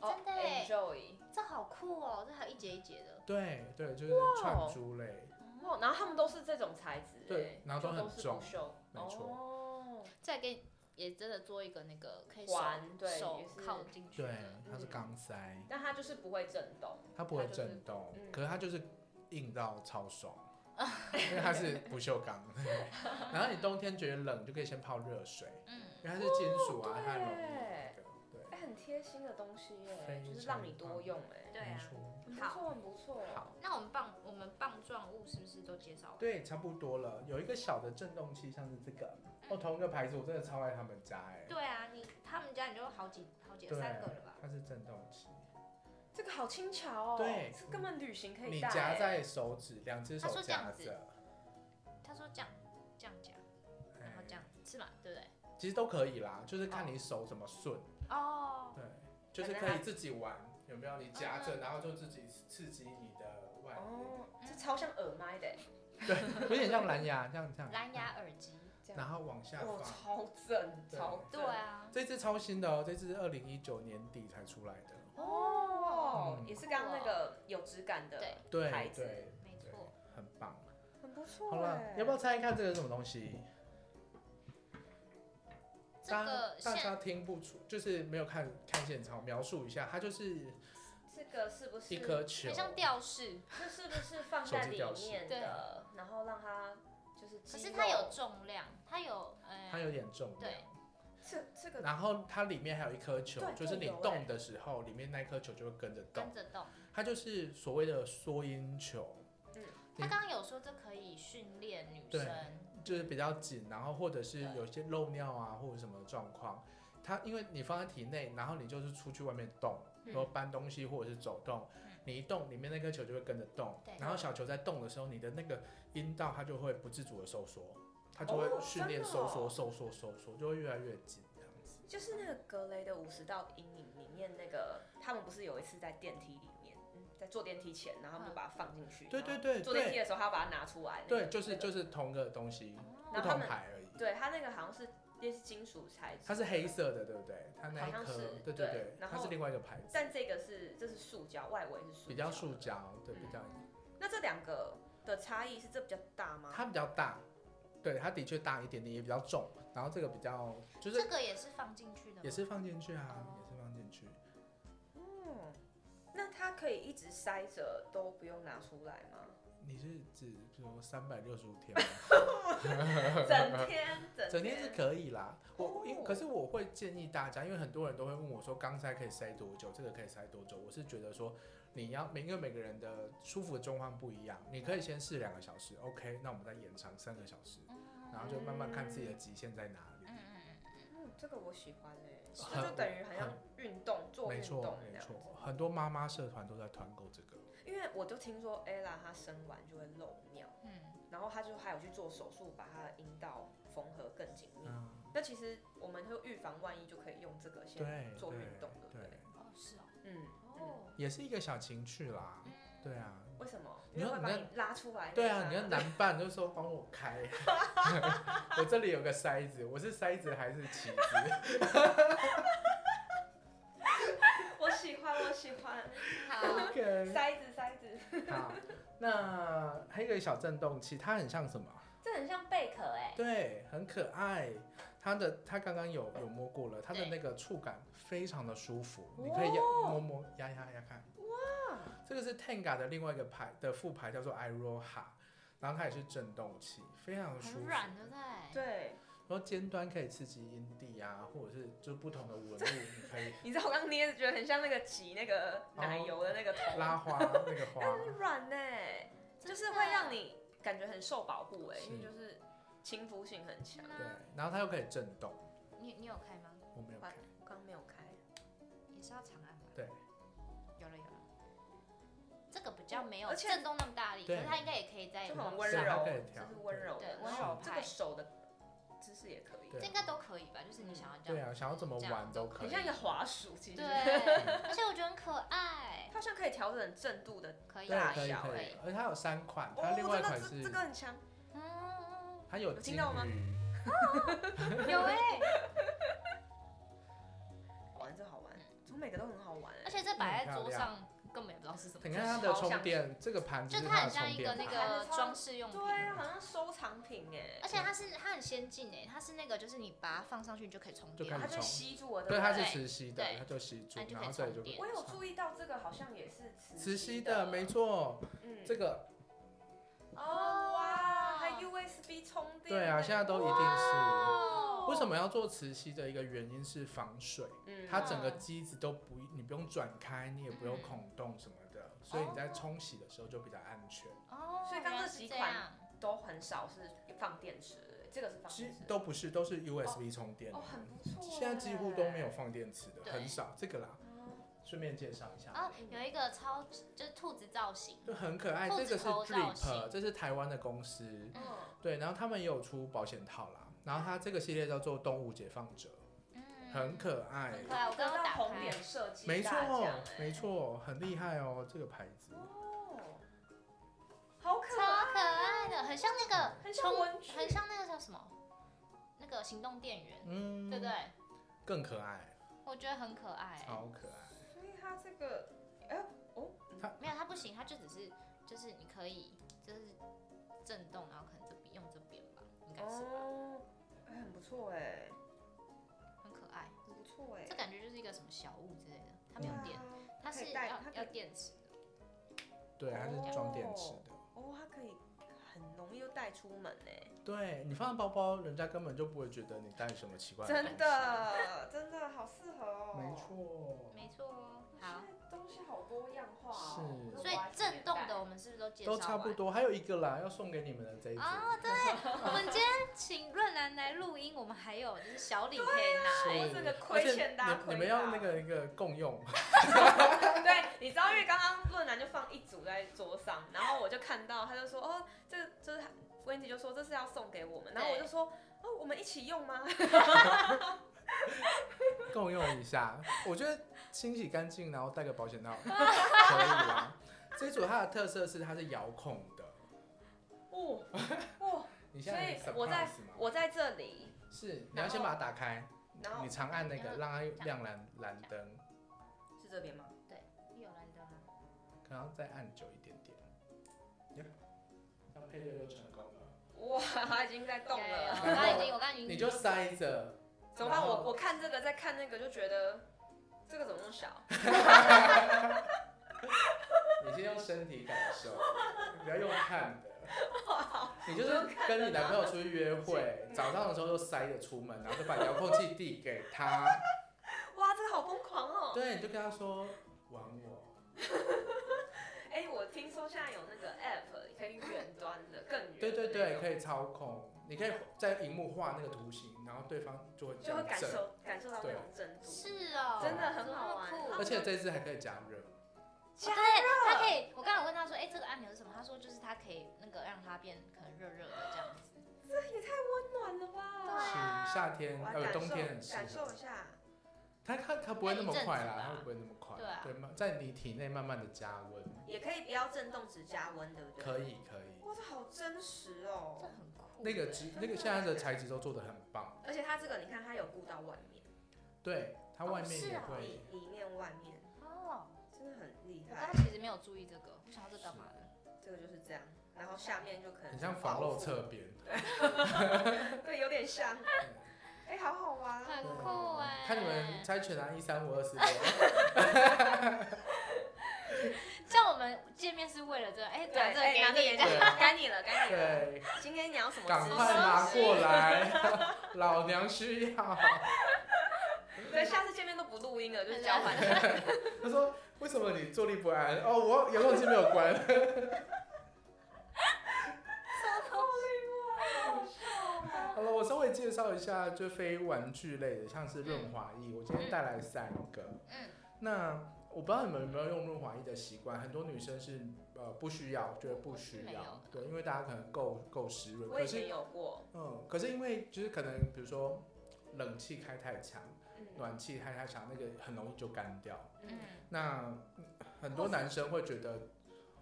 B: 哦
A: 真的耶，
B: ，Enjoy。
A: 这好酷哦，这还有一节一节的，
C: 对对，就是
B: 哦
C: 串珠类，
B: 哇，然后他们都是这种材质耶，
C: 对然后
B: 就
C: 都
B: 都
C: 很
B: 是
C: 重
B: 不锈，
C: 没错
B: 哦，
A: 再给你也真的做一个那个可以手
B: 环对
A: 手
B: 也是
A: 靠进去
C: 对
A: 的，，
C: 它是钢塞，
B: 但它就是不会震动，
C: 它不会
B: 它就是
C: 震动
B: 嗯，
C: 可是它就是硬到超 爽。因为它是不锈钢， 然后你冬天觉得冷，就可以先泡热水，
A: 嗯，
C: 因为它是金属啊，
B: 哦
C: 它容易
B: 对
C: 那个对
B: 哎、很很贴心的东西耶
C: 非，
B: 就是
C: 常
B: 让你多
C: 棒
B: 用哎，
A: 对
C: 没
A: 啊。
C: 错
B: 很不
A: 好
B: 错，很不错。
C: 好，
A: 那我们棒我们棒状物是不是都介绍完？
C: 对，差不多了。有一个小的震动器，像是这个
A: 嗯
C: 哦，同一个牌子，我真的超爱他们家哎。
A: 对啊，你他们家你就好几好几
C: 对
A: 三个了吧？
C: 它是震动器，
B: 这个好轻巧哦，
C: 对
B: 这根本旅行可以
C: 你
B: 带。哎
C: 夹在手指，两只手
A: 他说这
C: 夹
A: 样子
C: 着，
A: 他说这样这样讲，然后这样哦是嘛？对不对？
C: 哎其实都可以啦，就是看你手怎么顺。
A: 哦，
C: 对，就是可以自己玩，有没有？你夹
A: 嗯
C: 着，然后就自己刺激你的外面，
B: 哦，这超像耳麦的耶，
C: 有点像蓝牙，这样这样，
A: 蓝牙耳机，
B: 这样
C: 然后往下
B: 哇，
C: 放。
B: 超正，
C: 对
B: 超正
A: 对。啊，
C: 这只超新的哦，这只二零一九年底才出来的。
A: 啊
B: 哦
C: 嗯，
B: 也是刚刚那个有质感的，
A: 对，
C: 对
B: 牌子
C: 对，
A: 没
C: 对
A: 错。，
C: 很棒。
B: 很不错。欸
C: 好了，要不要？猜一看这个是什么东西？
A: 这个
C: 大大
A: 现
C: 家听不出，就是没有看看现场，描述一下，它就是
B: 这个是不是？
C: 一颗球
A: 很，像吊饰，
B: 这是不是放
C: 手
B: 在
C: 机
B: 里
C: 吊饰
B: 面的？然后让它就是
A: 可
B: 肌
A: 是
B: 肉。
A: 它有重量，它有呃，
C: 它有点重量。
A: 对
B: 这这个
C: 然后它里面还有一颗球
B: 对，
C: 就是
B: 就
C: 你
B: 有欸
C: 动的时候，里面那颗球就会跟着动
A: 跟。着动。
C: 它就是所谓的缩阴球，
A: 他刚刚有说这可以训练女
C: 对
A: 生，
C: 就是比较紧，然后或者是
A: 对
C: 有些漏尿啊或者什么状况，它因为你放在体内，然后你就是出去外面动，
A: 嗯
C: 然后搬东西或者是走动，
A: 嗯
C: 你一动，里面那颗球就会跟着动
A: 对，
C: 然后小球在动的时候，你的那个阴道它就会不自主的收缩，它就会
B: 哦
C: 训练
B: 真的
C: 收
B: 哦
C: 缩、收缩、收缩，就会越来越紧这样子。
B: 就是那个格雷的五十道阴影里面那个，他们不是有一次在电梯里面，嗯在坐电梯前，然后他们就把它放进去。
C: 对
B: 然后
C: 对对
B: 坐电梯
C: 对
B: 的时候，他要把它拿出来。那个
C: 对，就是
B: 那个
C: 就是同个东西，不
A: 哦
B: 然后他
C: 同
B: 们
C: 牌而已。
B: 对，它那个好像是也是金属材质，
C: 它是黑，色的，对不对？它那
B: 好
C: 一
B: 像
C: 颗
B: 是，
C: 对
B: 对
C: 对，
B: 然
C: 它是
B: 后
C: 另外一个牌子，
B: 但这个是这是塑胶，外围是塑胶
C: 比较塑。胶，对，
A: 嗯
C: 比较，
B: 那这两个的差异是这比较大吗？
C: 它比较大，对，它的确大一点点，也比较重，然后这个比较就是
A: 这个也是放进去的吗，
C: 也是放进去啊
A: 哦，
C: 也是放进去，
B: 嗯，那它可以一直塞着都不用拿出来吗？
C: 你是指比如三百六十五 天吗？
B: 整天整
C: 整天是可以啦。我我因为
B: 哦
C: 可是我会建议大家，因为很多人都会问我说，刚塞可以塞多久，这个可以塞多久？我是觉得说，你要每因为每个人的舒服的状况不一样，你可以先试两个小时，OK，那我们再延长三个小时，
A: 嗯，
C: 然后就慢慢看自己的极限在哪里。
A: 嗯嗯
B: 嗯，这个我喜欢哎、欸，
C: 很
B: 这就等于很像运动做
C: 没
B: 运
C: 错
B: 动，这
C: 没
B: 样子
C: 错。，很多妈妈社团都在团购这个。
B: 因为我就听说 Ella 她生完就会漏尿，
A: 嗯嗯，
B: 然后她就还有去做手术，把她的阴道缝合更紧密。
C: 嗯，
B: 那其实我们就预防万一，就可以用这个先
C: 对，
B: 做运动对不
C: 对，
B: 对
C: 对
A: 哦是哦，
B: 嗯，嗯
A: 哦，
C: 也是一个小情趣啦。
A: 嗯
C: 对啊，
B: 为什么？
C: 你
B: 因为
C: 要
B: 会把
C: 你
B: 你拉出来。
C: 对啊，你
B: 要
C: 的男伴就说帮我开，我这里有个塞子，我是塞子还是 棋子？
B: 我喜欢，我喜 欢，
A: 好，
C: OK，
B: 塞子塞子，
C: 好，那还有一个小震动器，它很像什么？
B: 这很像贝壳哎、
C: 对，很可爱。它的它刚刚有有摸过了，它的
A: 对
C: 那个触感非常的舒服，
B: 哦
C: 你可以压摸摸压压压看。哇，这个是 Tenga 的另外一个牌的副牌叫做 Iroha，然后它也是震动器，非常舒
A: 很
C: 服。
A: 软对不对？
B: 对，
C: 然后尖端可以刺激阴蒂啊，或者是就不同的纹路，你可 以
B: 你知道我刚刚捏着觉得很像那个挤那个
C: 哦
B: 奶油的那个头，啊
C: 拉花那个花。
B: 很软呢、就是会让你感觉很受保护哎、
C: 是
B: 因为就是亲肤性很强
A: 真。
C: 对
A: 的啊，，
C: 然后它又可以震动，
A: 你你有开吗？
C: 我没有
B: 哇
C: 看。
B: 我刚没有开，
A: 也是要长按吧？
C: 对，
A: 有了有了。这个比较没有
B: 而且
A: 震动那么大力，可
C: 对
A: 是它应该也可以在
B: 就
A: 往
B: 很温
A: 上
C: 是啊它
B: 柔，
C: 可以调
B: 就是哎温柔的
A: 对，温柔
B: 然后这
A: 派
B: 个手的姿势也可以，
C: 对
A: 这应该都可以吧？就是你想要这
C: 对
A: 样，
C: 啊，想要怎么
A: 这样
C: 玩都可
B: 很
C: 以。
B: 像一个滑鼠，其实
A: 对，
C: 啊
A: 而且我觉得很可爱
B: 它，好像可以调整震度的，
A: 可以
C: 对，
B: 大
A: 吧
C: 可以
B: 小欸
C: 可
A: 可
C: 以
A: 以，
C: 而且它有三款，它
B: 哦，
C: 另外一
B: 真
C: 款
B: 的
C: 是
B: 这这个很强，
A: 嗯，
C: 它有
B: 有听
C: 金鱼，
B: 到吗
C: 嗯
A: 有哎、
B: 欸好玩这好玩，怎么每个都很好玩哎、
A: 而且这摆在桌上根本也不知道是什么
C: 你
A: 东西，
C: 看它的充电，这个盘子
A: 就是它
C: 它的
A: 很像
C: 充
A: 一个
C: 电
A: 那
C: 盘，
A: 个装饰用品。
B: 对啊，好像收藏品哎、
A: 而且它是它很先进哎，它是那个就是你把它放上去你就可以充电
C: 就，开
B: 它
C: 始
B: 就吸住我的，
C: 对，它是
A: 对
C: 磁吸的，
A: 对
C: 它就吸住
A: 那，就可
C: 然
A: 以
C: 后这里就
A: 充电
B: 我有注意到这个好像也是
C: 磁吸
B: 吸
C: 的，没错，
B: 嗯
C: 这个
B: 哦哇，还 USB 充电，
C: 哦对啊，现在都一定是。
A: 哦
C: 为什么要做磁吸的一个原因是防水，
B: 嗯
C: 它整个机子都不，你不用转开，你也不
A: 嗯
C: 用孔洞什么的，所以你在冲洗的时候就比较安全。
A: 哦，
B: 所以刚
A: 原
B: 刚
A: 来
B: 这
A: 是
B: 几
A: 这
B: 款
A: 样
B: 都很少是放电池，这个是放
C: 其
B: 电
C: 实
B: 池。
C: 都不是，都是 USB 充电的
B: 哦，。很不错欸耶。
C: 现在几乎都没有放电池的，
A: 对
C: 很少。这个啦，
A: 嗯
B: 哦。
C: 顺便介绍一下，
A: 哦，有一个超就是兔子造型，
C: 就很可爱。
A: 兔
C: 这
A: 子
C: 个是
A: 头造型
C: Drip，这是台湾的公司，
A: 嗯
B: 嗯，
C: 对，然后他们也有出保险套啦。然后它这个系列叫做动物解放者，
A: 嗯，
C: 很可爱
A: 很，可啊爱。我刚刚
B: 到
A: 打
B: 红
A: 开
B: 点，设计
C: 没错
B: 大奖欸耶，
C: 没错，很厉害哦，这个牌子。
B: 哦，好可爱，
A: 超可爱的，很像那个
B: 很像
A: 充
B: 文具
A: 很像那个叫什么，那个行动电源，
C: 嗯，
A: 对不对？
C: 更可爱，
A: 我觉得很可爱。欸
C: 超可爱。
B: 所以它这个，哎哦，
A: 没有，它不行，它就只是就是你可以就是震动，然后可能这边用这边吧，应该是吧，
B: 哦，哎很不错哎，
A: 很可爱。
B: 很不错哎
A: 这，感觉就是一个什么小物之类的，它没有电，
B: 对啊
A: 它
B: 可以
A: 是
B: 带
A: 要
B: 它可
A: 要
B: 以
A: 电池的。
C: 对，它是装电池的。
B: 哦，它可以很容易就带出门哎，
C: 对你放在包包，人家根本就不会觉得你带什么奇怪东西
B: 真。的真的好适合哦，
C: 没。错，
A: 没错哦，好。，
B: 东西好多样化哦，
C: 是
A: 所以震动的我们是不是都介绍
C: 都
A: 完？
C: 差不多。还有一个啦，要送给你们的这一组。
A: 哦，对，我们今天请润兰来录音，我们还有就是小礼可以拿。
C: 是
B: 这个亏欠大家
C: 而且你
B: 亏
C: 你们要
B: 大
C: 那个一个共用，
B: 对，你知道，因为刚刚论坛就放一组在桌上，然后我就看到，他就说，哦，这个就是他 Wendy 就说这是要送给我们，然后我就说，哦，我们一起用吗？
C: 共用一下。我觉得清洗干净，然后带个保险套 可以啦。这一组它的特色是它是遥控的，
B: 哦，哇，
C: 你现
B: 所
C: 在
B: 以
C: 有
B: 我在
C: surprise 吗
B: 我在这里，
C: 是你要先把它打开，
B: 然后嗯
C: 你长按那个
A: 然
C: 让它亮蓝蓝灯，
B: 是这边吗？
A: 有蓝灯吗？
C: 可能要再按久一点点。呀要配对就成功了，
B: 哇，他已经在动
A: 有有有我
B: 了，
A: 刚刚已经，我刚刚已经。
C: 你就塞着。
B: 怎么办？我我看这个再看那个就觉得这个怎么那么小？
C: 你先用身体感受，你不要用看的。你就是跟你男朋友出去约会，早上的时候就塞着出门，然后就把遥控器递给他，
B: 哇，这个好疯狂哦！
C: 对，你就跟他说玩我。
B: 哎、我听说现在有那个 app 可以远端的，更远，
C: 对对对，，可以操控，你可以在荧幕画那个图形，然后对方就会
B: 就会
C: 校
B: 感
C: 正。
B: 受感受到那种震度。
A: 是哦，
B: 真的很好玩啊
A: 怎么那么酷
C: 而且这次还可以加热，
A: 哦对，它可以。我刚才有问他说，哎，这个按钮是什么？他说就是它可以那个让它变可能热热的这样子。
B: 暖了吧？
A: 对啊
C: 是夏天
B: 我来
C: 呃
B: 感受
C: 冬天很适
B: 感
C: 合
B: 受。一下，
C: 它它它不会那么快啦，
A: 那一阵子吧
C: 它不会那么快，
A: 对啊
C: 对慢在你体内慢慢的加温，
B: 也可以不要震动，只加温，对不对？
C: 可。以可以。
B: 哇，这好真实
A: 这
B: 哦！
A: 很酷。欸
C: 那个
A: 对哦
C: 质
B: 真的
C: 那个现在的材质都做的很棒。
B: 而且它这个，你看它有顾到外面，
C: 对，它外面
A: 是
C: 也
A: 啊
C: 会
B: 里。里面外面，
A: 哦，
B: 真的很厉
A: 我刚
B: 害
A: 刚。其实没有注意这个，我想要这干嘛的？
B: 这个就是这样，然后下面就可能
C: 很像防漏侧边，
B: 对，有点像。哎，好好玩啊！
A: 很酷哎、
C: 欸看你们猜拳啊，一三五二 四六，
A: 像我们见面是为了这个，哎、拿这
B: 哎
A: 个
B: 拿这
A: 给你
B: 演
A: 这样
B: 讲
C: 对，啊
B: 该你了，该你了。
C: 对，
B: 今天你要什么
C: 赶
B: 姿
C: 快
B: 势？
C: 拿过来，老娘需要。
B: 对，下次见面都不录音了，就是交换。
C: 他说为什么你坐立不安？哦，我遥控器没有关。 好了，我稍微介绍一下，就非玩具类的，像是润滑液，我今天带来三个。
A: 嗯，
C: 那我不知道你们有没有用润滑液的习惯，很多女生是呃不需要，觉得不需
A: 我是没有的
C: 要，对，因为大家可能够够湿润，
B: 我
C: 可
B: 以
C: 是
B: 前有过，
C: 嗯，可是因为就是可能比如说冷气开太强，
B: 嗯
C: 暖气开太强，那个很容易就干掉。
B: 嗯，
A: 嗯，
C: 那嗯很多男生会觉得，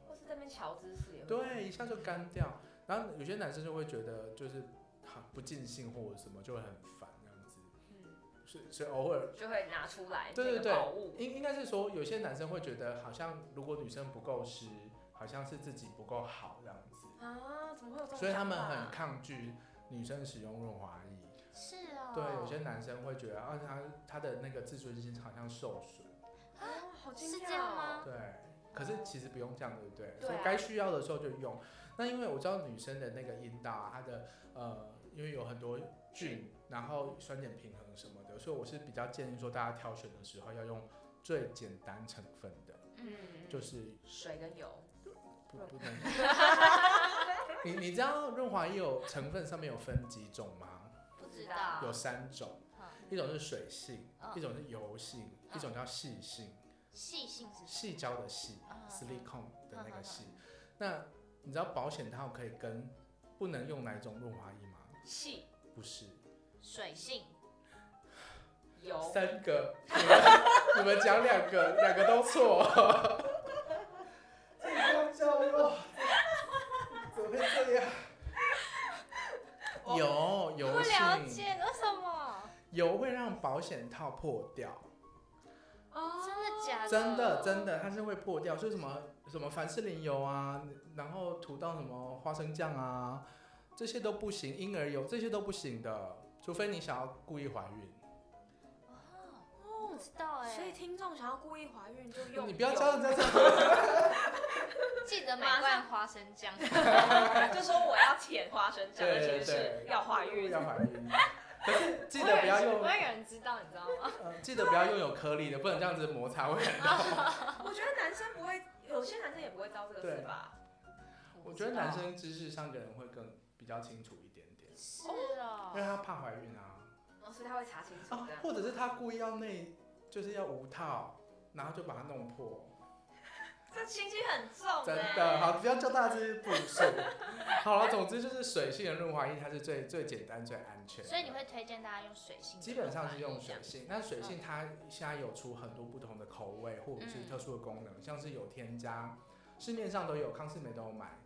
B: 或是这边瞧姿势也会。
C: 对，一下就干掉。然后有些男生就会觉得就是哈、不尽兴或者什么，就会很烦这样子。
B: 嗯，
C: 所以所以偶尔，
B: 就会拿出来
C: 对对
B: 这个
C: 对
B: 宝物。
C: 应应该是说有些男生会觉得，好像如果女生不够湿，好像是自己不够好这样子，
B: 啊，怎么会有这种想法？
C: 所以他们很抗拒女生使用润滑液。
A: 是哦，
C: 对，有些男生会觉得啊，他他的那个自尊心好像受损，
B: 啊，好惊
A: 是
B: 讶
A: 这样吗？
C: 对。可是其实不用这样，对不对？
B: 对
C: 所以
B: 啊
C: 该需要的时候就用。那因为我知道女生的那个阴道啊，它的呃因为有很多菌，然后酸碱平衡什么的，所以我是比较建议说大家挑选的时候要用最简单成分的，
B: 嗯，
C: 就是
D: 水跟油，
C: 不不能。 你你知道润滑液有成分上面有分几种吗？
A: 不知道
C: 有三种，
A: 嗯
C: 一种是水性，
A: 嗯
C: 一种是油性，
A: 嗯
C: 一种叫啊细性，
A: 细性是什
C: 细胶的细
A: 么啊
C: ，silicone 的那
A: 嗯
C: 个
A: 嗯
C: 细。那你知道保险套可以跟不能用哪一种润滑液吗？
B: 气
C: 不是，
A: 水性哦
B: 油
C: 三个，你们你们讲两个，两个都错。这个叫哇，怎么会这 样？有
A: 不
C: 油
A: 了
C: 性，
A: 解为什么？
C: 油会让保险套破掉，
B: 哦
A: 真的假的？
C: 真的真的，它是会破掉。所以什么什么凡士林油啊，然后涂到什么花生酱啊，这些都不行，婴儿油这些都不行的，除非你想要故意怀孕。
A: 哦，不
B: 哦，
A: 知道哎、
B: 所以听众想要故意怀孕就用，
C: 你不要教人家这样。
A: 记得买
B: 马上
A: 罐花生酱。
B: 就说我要舔花生酱，
C: 对
B: 而且
C: 对
B: 是要怀孕，
C: 要怀孕。可是记
A: 不会
C: 得不要
A: 有人
C: 用
A: 不，会有人知道，你知道吗？
C: 呃，记得不要用有颗粒的，不能这样子摩擦会很痛。
B: 我觉得男生不会，有些男生也不会知道这个事吧？
C: 我觉得男生知识上可能会更比较清楚一点点，
A: 是哦
C: 因为，他怕怀孕啊，
B: 哦，所以他会查清楚
C: 哦
B: 这样。
C: 或者是他故意要内，就是要无套，然后就把它弄破。
B: 这心机很重
C: 真
B: 哎
C: 的，好，不要教大家这些步数。 好了，总之就是水性的润滑液，它是最最简单、最安全的。
A: 所以你会推荐大家用水性的吗，
C: 基本上是用水性，但水性它现在有出很多不同的口味或者是
A: 嗯
C: 特殊的功能，像是有添加，市面上都有，康士美都有买，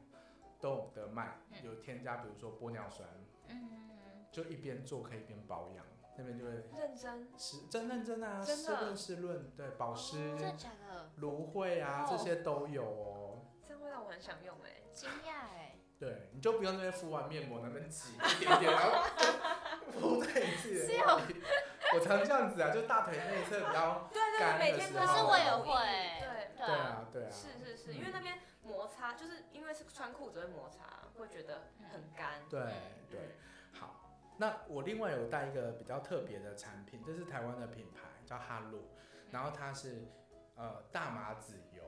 C: 都有的卖，
A: 嗯
C: 有添加，比如说玻尿酸，
A: 嗯，
C: 就一边做可以一边保养，那边就会
B: 认真，
C: 湿，真认真啊，
B: 真
C: 湿
B: 的
C: 润湿润，对，保湿
A: 真的假的？
C: 芦荟啊
B: 哦
C: 这些都有哦。
B: 这样会让我很想用哎。
A: 惊讶哎，
C: 对，你就不用那边敷完面膜那边挤一点点，然后就敷在你自己的
A: 是有
C: 哪里。我常这样子啊，就大腿内侧比较
B: 对对
C: 干
B: 对，
C: 的
B: 每天
C: 时
B: 都
C: 候
A: 可是我也
B: 有
A: 会
B: 对，
A: 对
C: 哦对
A: 啊，
C: 啊，对啊，
B: 是是是，因为那边摩擦，就是因为是穿裤子会摩擦，会觉得很干。
C: 对对。好，那我另外有带一个比较特别的产品，这是台湾的品牌，叫哈露，
B: 嗯
C: 然后它是呃大麻籽油，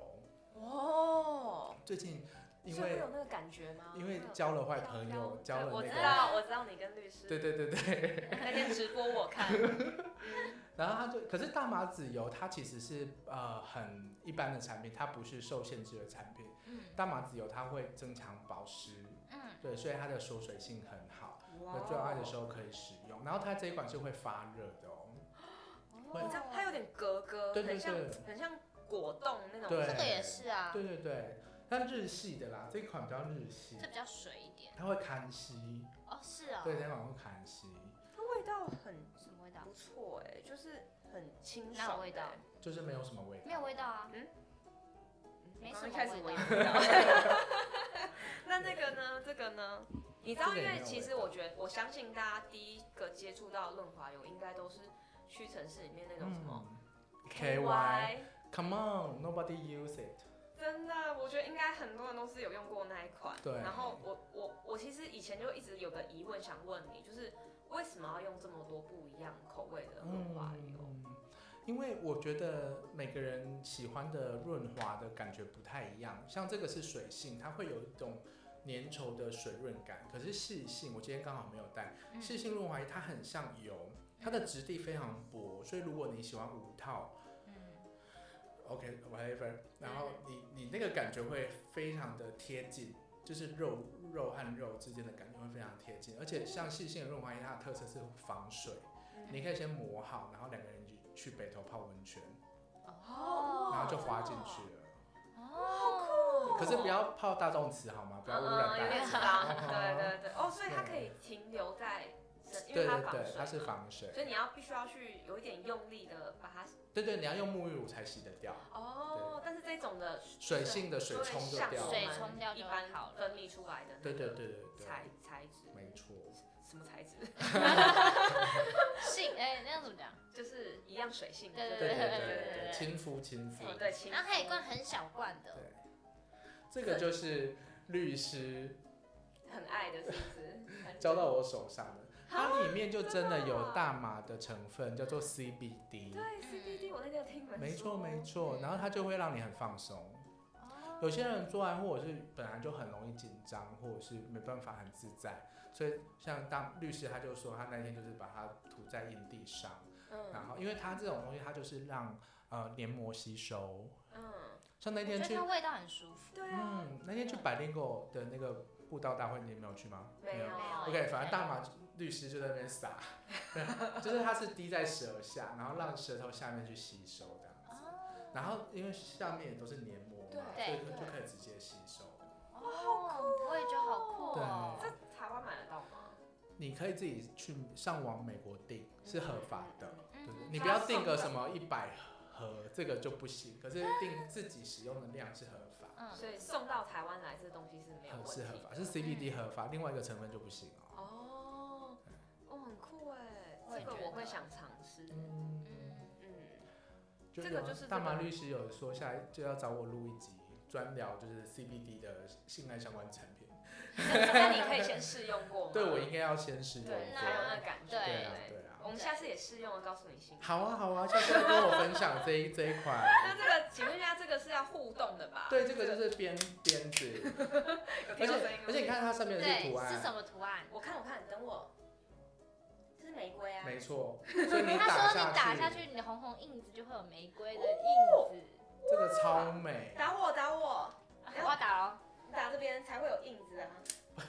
B: 哦，
C: 最近因
B: 所以会
C: 为
B: 有那个感觉吗？
C: 因为
B: 会有
C: 交了坏朋友，交
B: 对
C: 了
B: 我
C: 那
B: 知
C: 个。
B: 道，我知道你跟律师
C: 对对对对，
B: 那天直播我 看，
C: 然后它就，可是大麻籽油它其实是呃很一般的产品，它不是受限制的产品。
A: 嗯
C: 大麻籽油它会增强保湿，
A: 嗯，
C: 对，所以它的锁水性很好，
B: 哇
C: 在做爱的时候可以使用。然后它这一款是会发热的哦，会
A: 哦
B: 你知道它有点格格，
C: 对对
B: 很像
C: 对
B: 很像果冻那种。
C: 对
A: 这个也是啊，
C: 对对对，但日系的啦，这一款比较日系
A: 这，比较水一点
C: 它会砍息，
A: 哦，是啊，
C: 对，这款会砍息，
B: 它味道很
A: 什么味道？
B: 不错哎、就是很清
A: 哪
B: 爽
A: 有味道
B: 的？
C: 就是没有什么味道。
A: 没有味道啊，
B: 嗯
A: 没
B: 刚
A: 什么
B: 刚开始
A: 味
B: 闻
A: 道
B: 不到。 那这个呢？这个呢？你知道，
C: 这个
B: 因
C: 也没
B: 为
C: 有
B: 其
C: 味
B: 实
C: 道
B: 我觉得，我相信大家第一个接触到润滑油，应该都是屈臣氏里面那种什
C: 嗯
B: 么
C: KY。Come on, nobody use it。
B: 真的，我觉得应该很多人都是有用过那一款。
C: 对
B: 然后我我我其实以前就一直有个疑问想问你，就是为什么要用这么多不一样口味的润滑油？
A: 哦
C: 嗯，因为我觉得每个人喜欢的润滑的感觉不太一样，像这个是水性，它会有一种粘稠的水润感，可是细性，我今天刚好没有带，
A: 嗯
C: 细性润滑液它很像油，它的质地非常薄，所以如果你喜欢无套
A: 嗯，
C: ，OK whatever，然后你你那个感觉会非常的贴近。就是肉肉和肉之间的感觉会非常贴近，而且像细性的润滑液，它的特色是防水，你可以先磨好，然后两个人去去北头泡温泉，
A: 哦，
C: 然后就滑进去了。
A: 哦，
C: 可是不要泡大众池好吗？不要污染
B: 嗯有
C: 大
B: 点
C: 众池。
B: 脏，对对对，哦，所以它可以停留在 身，因为
C: 对
B: 它
C: 对
B: 防
C: 对，它是
B: 水嘛，
C: 防水。
B: 所以你要必须要去有一点用力的把它，
C: 对对，你要用沐浴乳才洗得掉，
B: 哦，但是这种的
C: 水性的水
B: 就会
C: 冲就
B: 像
C: 掉
B: 我
C: 了。
A: 水
B: 们
A: 冲掉
B: 一
A: 就
B: 般
A: 好了
B: 分泌出来的那
C: 对对
B: 个
C: 对对对，
B: 材材质，
C: 没错。
B: 什么材质？
A: 性哎，那样怎么讲？
B: 就是一样水性的，
A: 对
C: 对对对
A: 对
C: 对
A: 对
C: 对，亲肤亲肤。
B: 哦对，亲
A: 然后还有一罐很小罐的，
C: 对，这个就是律师
B: 很爱的，是不是？很
C: 交到我手上了。它里面就真的有
B: 啊
C: 大麻的成分，叫做 CBD。
B: 对 CBD，我那天有听你们
C: 没错
B: 说
C: 没错，然后它就会让你很放松。
A: 哦
C: 有些人做完或者是本来就很容易紧张，或者是没办法很自在，所以像当律师他就说，他那天就是把它涂在印地上，然
B: 嗯
C: 后因为它这种东西，它就是让呃黏膜吸收。
B: 嗯，
C: 像那
A: 我觉
C: 天
A: 得
C: 去
A: 它，味道很舒服。
B: 对啊，
C: 嗯，那天去百灵狗的那个布道大会，你没有去吗？
B: 没有
A: 有
C: OK，反正大马律师就在那边撒， 就是它是滴在舌下，然后让舌头下面去吸收这样子。
A: 哦
C: 然后因为下面也都是黏膜嘛，所
A: 对
C: 以
B: 对
C: 就可以直接吸收。
A: 哦，我也觉得好酷
C: 嗯
A: 哦。
B: 这台湾买得到吗？
C: 你可以自己去上网美国订，是合法的。对对
A: 嗯，
C: 你不要订个什么一百盒，这个就不行。可是订自己使用的量是合法，
A: 嗯
B: 所以送到台湾来，这东西嗯是没有
C: 呃
B: 问题
C: 是
B: 的。
C: 合法，是 CBD 合法，另外一个成分就不行
B: 哦，
C: 哦。
B: 哦，很酷哎，
A: 我
B: 这
A: 也
B: 个
A: 觉得
B: 我会想尝试。
C: 嗯，
A: 嗯，
B: 嗯，
C: 就
B: 这
C: 有啊
B: 个就是
C: 大
B: 这
C: 麻
B: 个
C: 律师有说，下来就要找我录一集专聊，就是 CBD 的性爱相关产品。
B: 那你可以先试用过吗？
C: 对我应该要先试用
A: 对
C: 过。
B: 台湾的感觉，
C: 对啊
B: 不，
C: 对啊。
B: 我们下次也试用了，告诉你心得。
C: 好啊，好啊，下次要跟我分享这一这一款。
B: 那这个，请问一下，这个是要互动的吧？
C: 对，这个就是编编子，
B: 有
C: 而
B: 听到声
C: 且
B: 音吗
C: 而且你，看它上面的
A: 对
C: 是图，
A: 是什
C: 案，
A: 么图案？
B: 我看我看，等我，这是玫瑰啊，
C: 没错，所以你
A: 他
C: 打
A: 说你打
C: 下
A: 下
C: 去，
A: 去，你的红红印子就会有玫瑰的印子。
C: 这个超美，
B: 打我打我，
A: 啊我要打哦，
B: 你打这边才会有印子啊。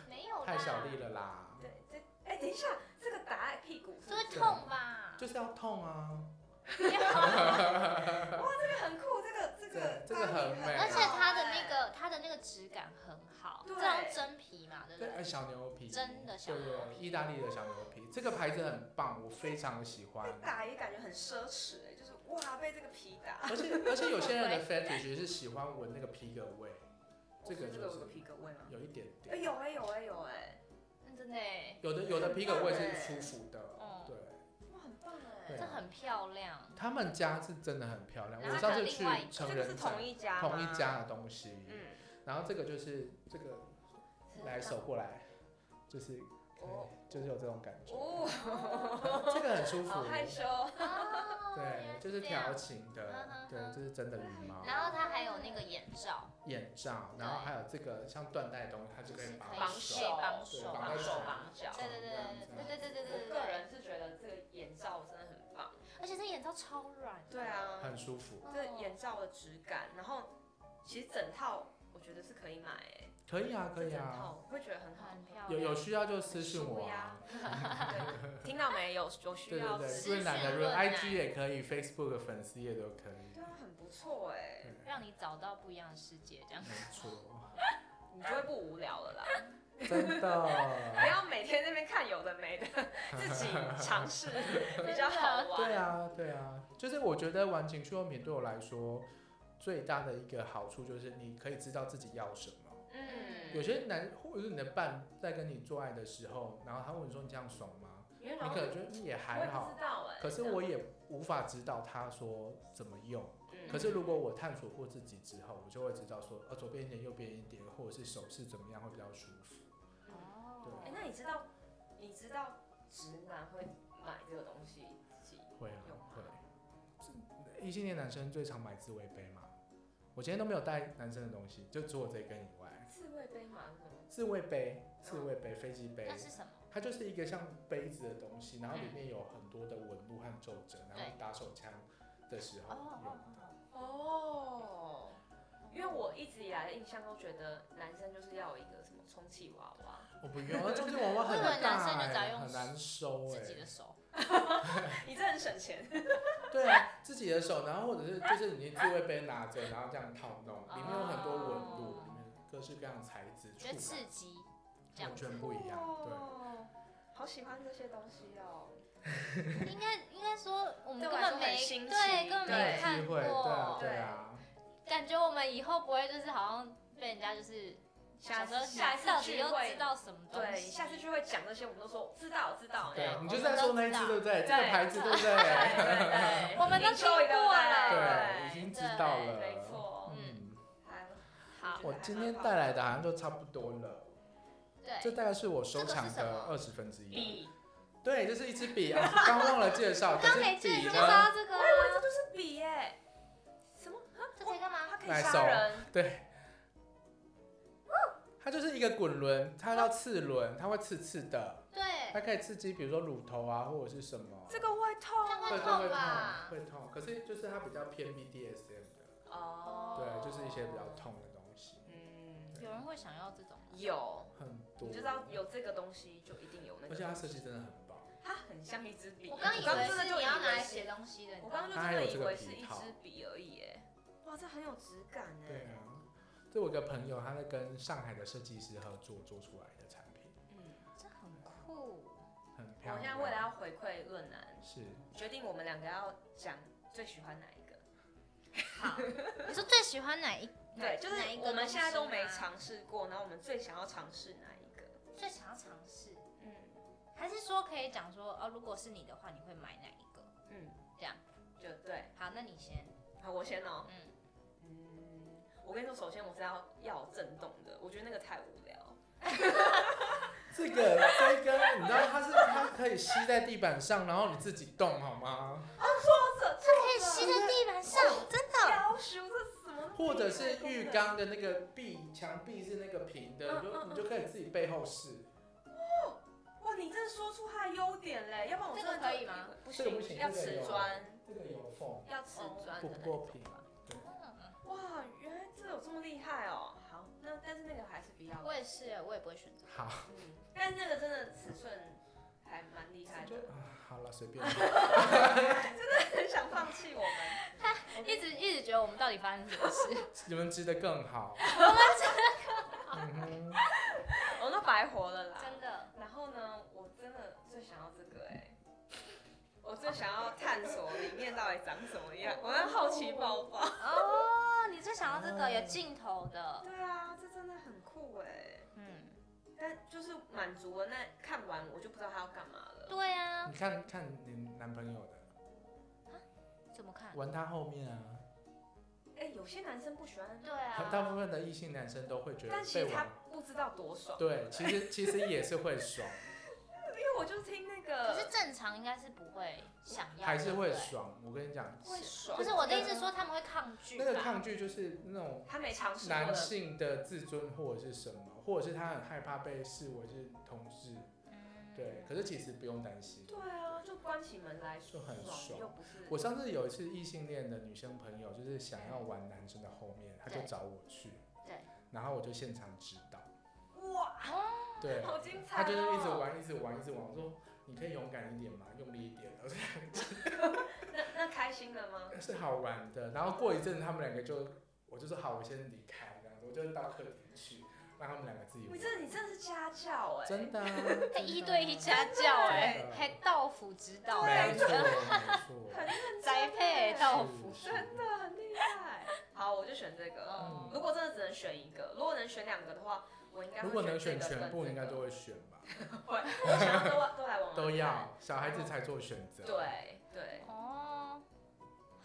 A: 没有啦，
C: 太小力了啦，
B: 对，这哎，等一下，这个打在屁股是
A: 这
B: 不是
A: 会痛吧？
C: 就是要痛啊，
B: 这个很酷，这个这个
C: 对这个很
B: 搭配
C: 美啊
A: 而且
B: 好
A: 它的
B: 哎
A: 那个它的那个质感很好，
B: 对
A: 这种真皮嘛，对不
C: 对，哎
A: 对？
C: 小牛皮，
A: 真的小
C: 对
A: 牛
C: 对，意大利的小牛皮，这个牌子很棒，我非常喜欢
B: 被。
A: 哎
B: 打也感觉很奢侈哎，就是哇被这个皮打，
C: 而且而且有些人的 fetish 是喜欢闻那个皮革味，这个
B: 这
C: 就
B: 个有个
C: 是
B: 皮革味吗？
C: 有一点
B: 哎
C: 点，
B: 有哎有哎有哎，
A: 嗯真的耶，
C: 有的有的皮革味
B: 很
C: 是
B: 棒哎
C: 舒服的
A: 嗯，
C: 对，
B: 哇很棒
C: 对啊
A: 这
B: 哎，
A: 很漂亮。
C: 他们家是真的很漂亮，
A: 然后
C: 我上
A: 还有
C: 次
A: 另
C: 去
A: 外一个
B: 这
C: 成
B: 个
C: 人
B: 是
C: 展
B: 同一家吗
C: 同一，家的东西，
B: 嗯，
C: 然后这个就是这个来手过来，就是
B: 哦
C: 就是有这种感觉，
B: 哦，
C: 这个很舒服
B: 好，害羞，
A: 哦原来
C: 对，就是
A: 这样
C: 调情
A: 嗯
C: 的
A: 哼，
C: 对，
A: 哼
C: 这是真的羽
B: 嗯
C: 毛
A: 然后它还有那个眼罩，
C: 眼罩，然后还有这个像缎带的东西，它就可以
A: 绑
C: 绑
A: 手
C: 手，
A: 绑绑
C: 手绑手
B: 绑脚
A: 对对对对对对对对
B: 我
A: 对对
B: 个人是觉得这个眼罩真的很棒，
A: 而且这眼罩超软。
B: 对，啊，
C: 很舒服，
B: 这眼罩的质感，然后其实整套我觉得是可以买哎，
C: 可以啊，可
B: 这
C: 以
B: 整
C: 啊，
B: 套我哦会觉得很好
A: 很漂亮。
C: 有有需要就私信我啊，
B: 对，听到没有？有需
C: 对
B: 要
C: 对
B: 私
C: 对，
A: 讯
C: 润南的润
A: 润南
C: ，IG 也可以，Facebook 粉丝也都可以，
B: 对啊，很不错哎，
C: 对
A: 让你找到不一样的世界，这样。
C: 没错。
B: 你就会不无聊了
C: 啊
B: 啦。
C: 真
B: 不
C: 的，
B: 要每天在那边看有的 没的，自己尝试比较好玩。
C: 对啊，对啊，就是我觉得玩情趣用品对我来说最大的一个好处就是你可以知道自己要什么。有
B: 嗯，
C: 些男或者是你的伴在跟你做爱的时候，然后他问你说你这样爽吗？
B: 因为
C: 你
B: 然后
C: 可能觉得嗯也还
B: 啊我也
C: 好
B: 不，知道哎、
C: 可是我也无法知道他说怎么用。
B: 嗯，
C: 可是如果我探索过自己之后，我就会知道说，呃，左边一点，右边一点，或者是手势怎么样会比较舒服。
B: 哎、
A: 哦。
B: 那你知道你知道直男会买这个东西自己？
C: 会啊
B: 有吗，
C: 会。异性恋男生最常买自慰杯嘛，我今天都没有带男生的东西，就除我这一根以外，
B: 自慰杯吗？是吗
C: 自慰杯、自慰杯、飞机杯
A: 那，嗯是什么？
C: 它就是一个像杯子的东西，然后里面有很多的纹路和皱褶，然后
A: 对
C: 打手枪的时候用
A: 哦。
C: 的。
B: 哦，因为我一直以来的印象都觉得男生就是要有一个什么充气娃娃，
C: 我不用，那充气娃娃很
A: 我以为男生
C: 大、
A: 就只要
C: 欸，
A: 用
C: 很难收哎、
A: 自己的手。
B: 你这很省钱。
C: 对啊，自己的手，然后或者是就是你自慰杯拿着，然后这样套弄，里面有很多纹路，
A: 哦
C: 里面各式各样的材质，触
A: 觉得
C: 感
A: 刺激，这样
C: 完
A: 子
C: 全不一样。对。
B: 哦，好喜欢这些东西哦。
A: 应该应该说我们
B: 对
A: 根
B: 我来说
A: 本
B: 很
A: 没
B: 新奇
A: 对根本
C: 没有
A: 没
B: 对
A: 看
C: 机
A: 过
C: 会，对啊，
B: 对
C: 对啊，
A: 感觉我们以后不会就是好像被人家就是
B: 下
A: 想
B: 次
A: 说
B: 下
A: 到
B: 次
A: 底
B: 聚
A: 又
B: 会
A: 知道什么东
B: 对，
A: 西，
B: 下次聚会讲这些，我们都说知道知道。
C: 对
B: 哎
A: 我，
C: 你
A: 们
C: 就在说那一次，
A: 都
C: 对不对？这
B: 知道
C: 个牌子，对不对？
B: 对对对
A: 我们都
B: 你说一个
A: 听过了
C: 对，已
B: 对
C: 经知道了。
B: 没错。
C: 嗯，
B: 还
A: 好
B: 觉得
C: 我
B: 还
C: 今
B: 蛮
C: 天
B: 好
C: 带来的好像就差不多了。
A: 对，
C: 这大概是我收
A: 这个
C: 藏
A: 是什
C: 的
A: 么
C: 二十分之一。
B: 笔，
C: 对，这是一支笔啊，刚忘了介绍。可
A: 刚
C: 是
A: 可以介
C: 笔
A: 介
C: 呢？
A: 绍这个啊，
B: 这就是笔耶，什么？哦
A: 这可以干嘛？
B: 它可以
C: 来
B: 杀
C: 手
B: 人，
C: 对，它就是一个滚轮，它叫刺轮，它会刺刺的，
A: 对，
C: 它可以刺激，比如说乳头啊，或者是什么。
B: 这个会痛
A: 这样
C: 会
A: 会
C: 痛
A: 痛
C: 会痛
A: 吧
C: 会痛。可是就是它比较偏 BDSM 的，
B: 哦
C: 对，就是一些比较痛的东西，
B: 嗯
A: 有人会想要这种啊吗，
B: 有，
C: 很
B: 你
C: 多。
B: 就知道有这个东西就一定有那
C: 而
B: 个
C: 且它
B: 东
C: 设计
B: 西，
C: 真的很棒。
B: 它很像一支笔。
A: 我刚以
B: 刚
A: 为
B: 真的
A: 是
B: 就
A: 你要
B: 以
A: 拿
B: 为
A: 来
B: 是
A: 写东西的，你
B: 我
A: 知
B: 刚刚
A: 道
B: 就
A: 吗？
C: 它还
B: 真的
C: 有这
B: 以
C: 个
B: 为
C: 皮
B: 是一
C: 套
B: 支笔而已，哎，哇，这很有质感
C: 对
B: 哎，
C: 啊，这我有个朋友他在跟上海的设计师合作做出来的产品，
B: 嗯，
A: 这很酷，
C: 很
B: 我
C: 漂亮。
B: 现在为了要回馈论南，
C: 是
B: 决定我们两个要讲最喜欢哪一个。
A: 好，你说最喜欢哪一？
B: 对，
A: 哪
B: 就是
A: 哪一个
B: 我们现在都没
A: 东西吗，
B: 尝试过，然后我们最想要尝试哪一个？
A: 最想要尝试，
B: 嗯
A: 还是说可以讲说，哦，如果是你的话，你会买哪一个？
B: 嗯，
A: 这样
B: 就对。
A: 好，那你先，
B: 好，我先哦。
A: 嗯，
B: 嗯，我跟你说，首先我是要要震动的，我觉得那个太无聊。
A: 哦
C: 这个这个，你知道它是它可以吸在地板上，然后你自己动好吗？
B: 或者
A: 它可以吸在地板上，真的。
B: 雕塑，这是什么？
C: 或者是浴。缸的那个壁墙壁是那个平的，
B: 嗯
C: 你就你就可以自己背后试。
B: 哇，你这说出它的优点嘞，要不然我
A: 这
B: 真的
A: 个可
B: 就
A: 以吗？
B: 不
C: 这个不
B: 行，
C: 行
B: 要
C: 这个
B: 瓷
C: 有
B: 砖，
C: 这个有缝，
B: 要瓷砖
C: 不
B: 的那
C: 过
B: 种。
C: 平。
A: 嗯
B: 哇，原来这有这么厉害哦！好，那但是那个还是比较，
A: 我也是，欸我也不会选择。
C: 好，
B: 嗯，但是那个真的尺寸还蛮厉害
C: 就
B: 的。
C: 啊，好了，随便。
B: 很 想放弃我们，
A: 一直一直觉得我们到底发生什么事？
C: 你们织的 更好。嗯哼
B: 我都白活了啦。
A: 真的，
B: 然后呢，我真的最想要这个哎、我最想要探索里面到底长什么样，我要好奇宝宝。
A: 哦，你最想要这
C: 哦
A: 个有镜头的，
B: 对啊，这真的很酷哎、
A: 嗯，
B: 但就是满足了，那看完我就不知道他要干嘛了。
A: 对啊
C: 你，看看你男朋友的，
A: 怎么看？
C: 玩他后面啊。
B: 哎、有些男生不喜欢，
A: 对
C: 很大
A: 啊，
C: 部分的异性男生都会觉得
B: 嗯但其
C: 被
B: 实他
C: 玩。
B: 不知道多爽。
C: 对，其实其实也是 会爽，
B: 因为我就听那
A: 可
B: 个
A: 是正常应该是不会想要，
C: 还是会
A: 对不对
C: 爽。我跟你讲，
B: 会爽，
A: 不是我的意思，说他们会抗拒啊吧，
C: 那个抗拒就是那种
B: 他没尝试过
C: 男
B: 的。
C: 性的自尊或者是什么，或者是他很害怕被视为是同志。
A: 嗯
C: 对，可是其实不用担心。
B: 对啊，就关起门来
C: 就很爽
B: 又不是
C: 我上次有一次异性恋的女生朋友，就是想要玩男生的后面，她就
A: 对
C: 找我去，
A: 对，
C: 然后我就现场指 导，
B: 哇，
C: 对，
B: 好精彩、
C: 她
B: 哦！
C: 就是一直玩，一直玩，一直玩。我说你可以勇敢一点嘛，用力一点， 我说
B: 那那开心了吗？
C: 是好玩的。然后过一阵，他们两个就，我就说好，我先离开，这样子，我就到客厅去，让他们两个自己
B: 你
C: 玩。
B: 这你真的是家教哎、
C: 真的啊、
A: 还
C: 真的
A: 一对一家教哎
C: 真，的
A: 还道府指导，
C: 啊没错
A: 哎
C: 没错，
A: 宅配道府，
C: 是
B: 真的很厉害。好，我就选这个。
C: 嗯
A: 哦
B: 如果真的只能选一个，如果能选两个的话，我应该
C: 如
B: 会
C: 果能
B: 这
C: 选
B: 个跟
C: 全部，
B: 这
C: 应该
B: 个
C: 都会选吧，
B: 会。我想要都玩都来玩玩。
C: 都。要小孩子才做选择。，
B: 对
C: 嗯
B: 对，
A: 哦，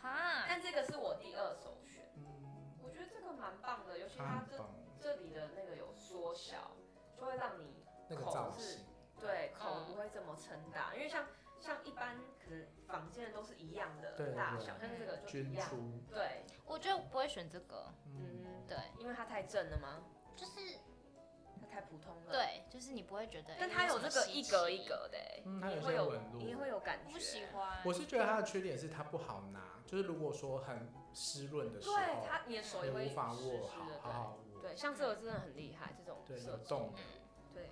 A: 哈，
B: 但这个是我第二首选，
C: 嗯，
B: 我觉得这个蛮棒的，尤其
C: 他
B: 它
C: 很
B: 这
C: 棒，
B: 这里的那个有缩小，就会让你
C: 那个造型，
B: 对口
A: 嗯
B: 不会这么撑大，因为像像一般可能房间都是一样的
C: 对
B: 大
C: 对
B: 小，像这个就一
C: 捐
B: 样。
C: 出，
B: 对，
A: 我觉得我不会选这个，
C: 嗯，
B: 嗯，
A: 对，
B: 因为它太正了吗？
A: 就是
B: 它太普通了。，
A: 对，就是你不会觉得，
B: 但
A: 哎
B: 它有这个一格一，
A: 什么
B: 格的、欸，
C: 嗯，它
B: 你
C: 有
B: 会
C: 些
B: 有
C: 纹
B: 你
C: 路
B: 会。有感
A: 稀
B: 觉。
A: 奇我不喜欢，
C: 我是觉得它的缺点是它不好拿，就是如果说很湿润的时候，
B: 对它，你的手
C: 你
B: 也会
C: 无法
B: 湿
C: 握
B: 湿
C: 好，
B: 的
C: 好好握
B: 对。，对，像这个真的很厉害，这种
C: 对，有
B: 设计。
C: 洞的。
B: 对，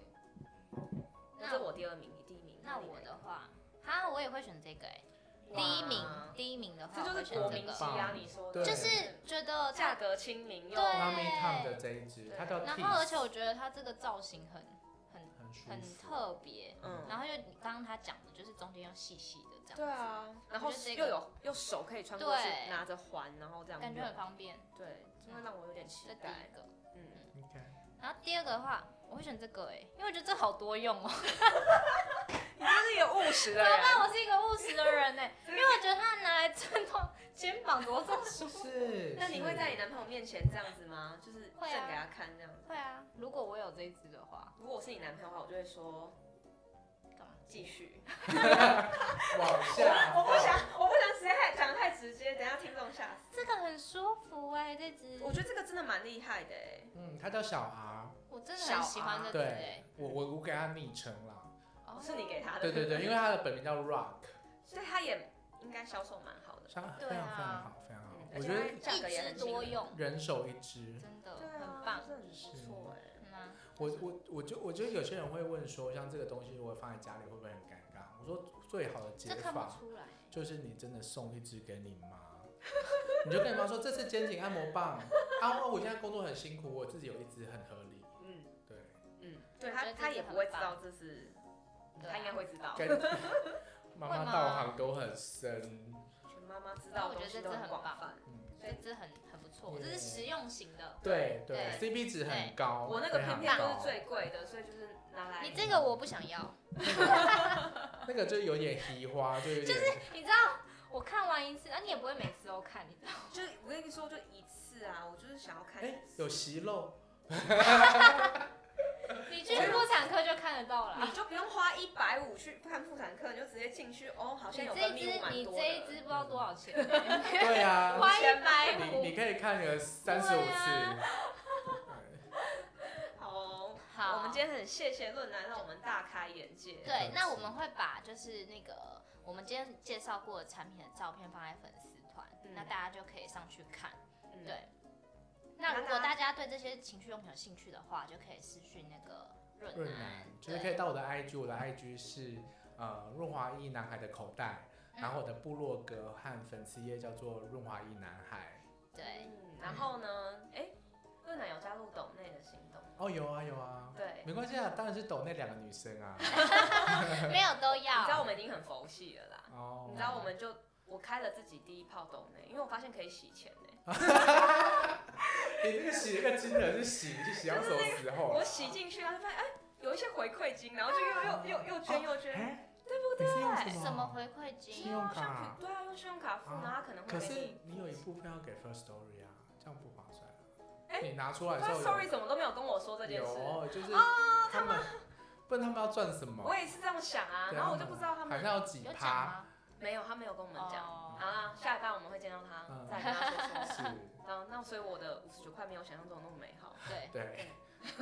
B: 那
A: 那
B: 这我第二名，你第一名。
A: 那
B: 你
A: 我
B: 嘞
A: 的话，哈，我也会选这个哎，
B: 哇
A: 第一名，第一名的话，
B: 这
A: 我
B: 就
A: 会
B: 是
A: 选
B: 国
A: 这
B: 民
A: 个
B: 系，啊，你说的，
C: 对
A: 就是觉得
B: 价
A: 它，
B: 格亲民又
A: 对
C: 妈咪烫的这一支，
B: 对
C: 它叫 T，
A: 然后而且我觉得它这个造型很很
C: 很舒服，
A: 很特别，
B: 嗯。
A: 然后又你刚刚他讲的，就是中间又细细的这样，
B: 对啊，然后
A: 我觉得这个
B: 又有又手可以穿过去，
A: 对
B: 拿着环，然后这样
A: 感觉
B: 用
A: 很方便。
B: 对，这会啊让我有点期
A: 这第
B: 待
A: 一。个，
B: 嗯，
C: 你看，
A: 然后第二个的话，我会选这个哎、因为我觉得这好多用哦、
B: 你真是一个务实的
A: 怎
B: 人，
A: 么 啊 欸
B: 啊
A: 办？我是一个务实的人哎、因为我觉得它拿来震动肩膀多重书。
C: 是。
B: 那你
C: 是
B: 会在你男朋友面前这样子吗？就是证
A: 会啊
B: 给他看这样子。
A: 会啊，如果我有这一支的话，
B: 如果我是你男朋友的话，我就会说
A: 干嘛？
B: 继 续。
C: 往
B: 我
C: 下？
B: 我不想，我不想直接太讲得太直接，等一下听众吓死。
A: 这个很舒服哎、这支
B: 我觉得这个真的蛮厉害的哎。
C: 嗯，他叫小 R，
A: 我真的很喜欢这支
C: 啊对
A: 哎、
C: 我我我给他昵称啦。
A: 哦
B: 是你给他的。啊
C: 对对对，因为他的本名叫 Rock，
B: 所以他也应该销售蛮好的。
C: 非常非
A: 对啊
C: 常好，非常好
B: 嗯。
C: 我觉得
B: 而且价格也
A: 一
B: 很
A: 支多用，
C: 人手一支。
A: 真的
B: 对啊，
A: 很棒。
B: 真的很不错哎。
A: 嗯啊
C: 我我我就我觉得有些人会问说，像这个东西如果放在家里会不会很尴尬？我说最好的解
A: 这看不
C: 法
A: 出来，
C: 就是你真的送一支给你妈， 你就跟你妈说这是肩颈按摩棒啊，我现在工作很辛苦，我自己有一支很合理。
B: 嗯
C: 对，
B: 嗯，对
A: 我觉
B: 他
A: 得
B: 他
A: 这
B: 也
A: 个
B: 不
A: 很
B: 会知
A: 棒
B: 道这是，
A: 对啊
B: 他应该会知道。
C: 跟 妈妈
A: 会吗
C: 道行都很深。
B: 全妈妈知道的东西都广泛。
C: 嗯，
A: 这支很很不错，
C: 对
A: 这是实用型的。
C: 对对
A: 对
C: ，CP 值很高。
B: 我那个
C: 非常
B: 偏偏就
C: 高
B: 是最贵的，所以就是拿来
A: 你这个我不想要，
C: 那个就有点移花，就有点
A: 你知道我看完一次，啊，你也不会每次都看，你知道吗？
B: 就我跟你说就一次啊，我就是想要看
C: 哎、
B: 一次。
C: 有息肉，
A: 你去妇产科就看得到了
B: 啊你。就不用花一百五去看妇产科，你就直接进去哦，好
A: 你
B: 像有
A: 这
B: 分
A: 一
B: 泌物
A: 支，
B: 蛮
A: 你
B: 多
A: 这一
B: 的。
A: 支不知道多少 钱，
C: 对呀、
A: 花一百
C: 你你
A: 五。
C: 可以看个三十五
A: 对
C: 次
A: 啊。
B: 好哦，
A: 好，
B: 我们今天很谢谢论坛，让我们大开眼界。
A: 对，那我们会把就是那个我们今天介绍过的产品的照片放在粉丝团，
B: 嗯
A: 那大家就可以上去看。
B: 嗯
A: 对，那如
B: 那
A: 果
B: 大
A: 大家对这些情趣用品有兴趣的话，就可以私讯那个润
C: 润
A: 南
C: 男，，就是可
A: 对
C: 以到我的 IG，我的 IG 是呃润滑一男孩的口袋，
A: 嗯
C: 然后我的部落格和粉丝页叫做润滑一男孩。
A: 对，
B: 嗯然后呢，哎，论坛有加入抖内的行动，
C: 哦，有啊有啊，
B: 对，
C: 没关系啊，当然是抖那两个女生啊。
A: 没有都
B: 你知道我
A: 要。
B: 们已经很佛系了啦。
C: 哦，
B: 你知道我们就我开了自己第一炮抖内，因为我发现可以洗钱呢。
C: 你那个洗那个金额是洗，是洗到什么时候啊？
B: 我洗进去，然后就发现哎、有一些回馈金，然后就又又又又捐又捐。
C: 哎，对不对？你是用啊
A: 什么？回馈金
C: 哦信？用卡
B: 像？对啊，用信用卡付，
C: 啊
B: 然后他可能会
C: 可
B: 给
C: 是
B: 你。
C: 你有一部分要给 First Story 啊，这样不划算啊。
B: 哎
C: 你拿出来的时
B: 他
C: 候
B: sorry
C: 有
B: 怎么都没有跟我说这件事，
C: 有，哦就是他们，不然他们要赚什么
B: 我？也是这样想啊，
C: 对
B: 然后我就不知道他
C: 好
B: 们
C: 像要几
A: 有讲
C: 趴，
A: 吗？
B: 没有，他没有跟我们讲。
A: 哦
B: 啊，下一半我们会见到他，
C: 嗯
B: 再跟他说 说。
C: 是，
B: 然后那所以我的五十九块没有想象中那么美好。
A: 对，
C: 对，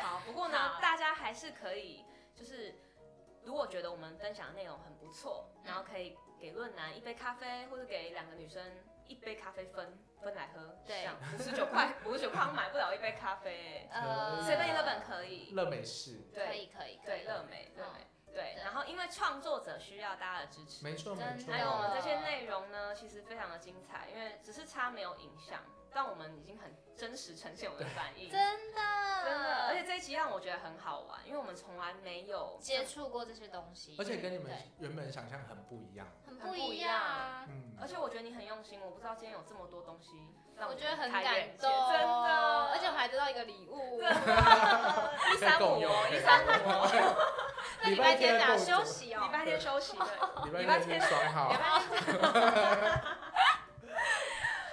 B: 好，不过呢，
A: 好
B: 大家还是可以，就是如果觉得我们分享的内容很不错，然后可以给论男一杯咖啡，或者给两个女生一杯咖啡分分来喝，
A: 对
B: 五十九 块，五十九块好像买不了一杯咖啡、
A: 呃，
B: 欸，随便一个本可以，
C: 乐美式，
A: 可
B: 对
A: 以可以可
B: 对，
A: 以，
B: 乐美乐美。对，
A: 对
B: 然后因为创作者需要大家的哎支持，
C: 没错
A: 真
C: 没错
A: 的
B: 还有我们这些
A: 哦
B: 内容呢，其实非常的精彩，因为只是差没有影像，但我们已经很真实呈现我们的反应，
A: 真的
B: 真的，而且这一期让我觉得很好玩，因为我们从来没有
A: 接，触过这些东西，
C: 而且跟你们
A: 对
C: 原本想象很不一样，
A: 很
B: 很
A: 不
B: 不一
A: 一样啊。
C: 嗯，
B: 而且我觉得你很用心，我不知道今天有这么多东西让
A: 我
B: 们
A: 觉得很
B: 开
A: 感
B: 眼界
A: 动，
B: 真的，
A: 而且我们还得到一个礼物，
B: 一三五哦，一三五哦，
A: 那礼拜天哪
C: 礼拜天的
A: 休
C: 共
A: 息
B: 礼
A: 哦？
B: 拜天休息的，
C: 礼
B: 礼
C: 拜
B: 拜
C: 天
B: 天
C: 双
B: 礼
C: 号，
B: 拜天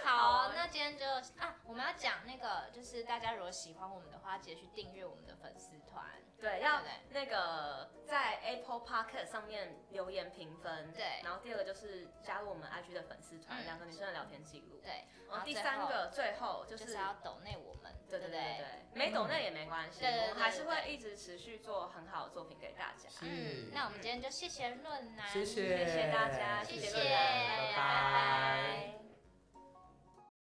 A: 好，那今天就啊，我们要讲那个，就是大家如果喜欢我们的话，记得去订阅我们的粉丝团，
B: 对
A: 对
B: 要
A: 不对？
B: 那个在 Apple Podcast 上面留言评分，
A: 对
B: 然后第二个就是加入我们 IG 的粉丝团，
A: 嗯
B: 两个女生的聊天记录，
A: 对，
B: 然后第
A: 然
B: 三
A: 后最后
B: 个最后就
A: 就是是要抖内我们，
B: 对
A: 不
B: 对对对，对没懂那也没关系，
A: 对对对
B: 我们还是
A: 对对
B: 会一直持续做很好的作品给大家。
A: 嗯，那我们今天就谢谢润南，
C: 谢谢，
B: 谢谢大家
A: 谢
B: 谢
A: 谢，
B: 谢
C: 拜
A: 拜
C: 拜。
A: 拜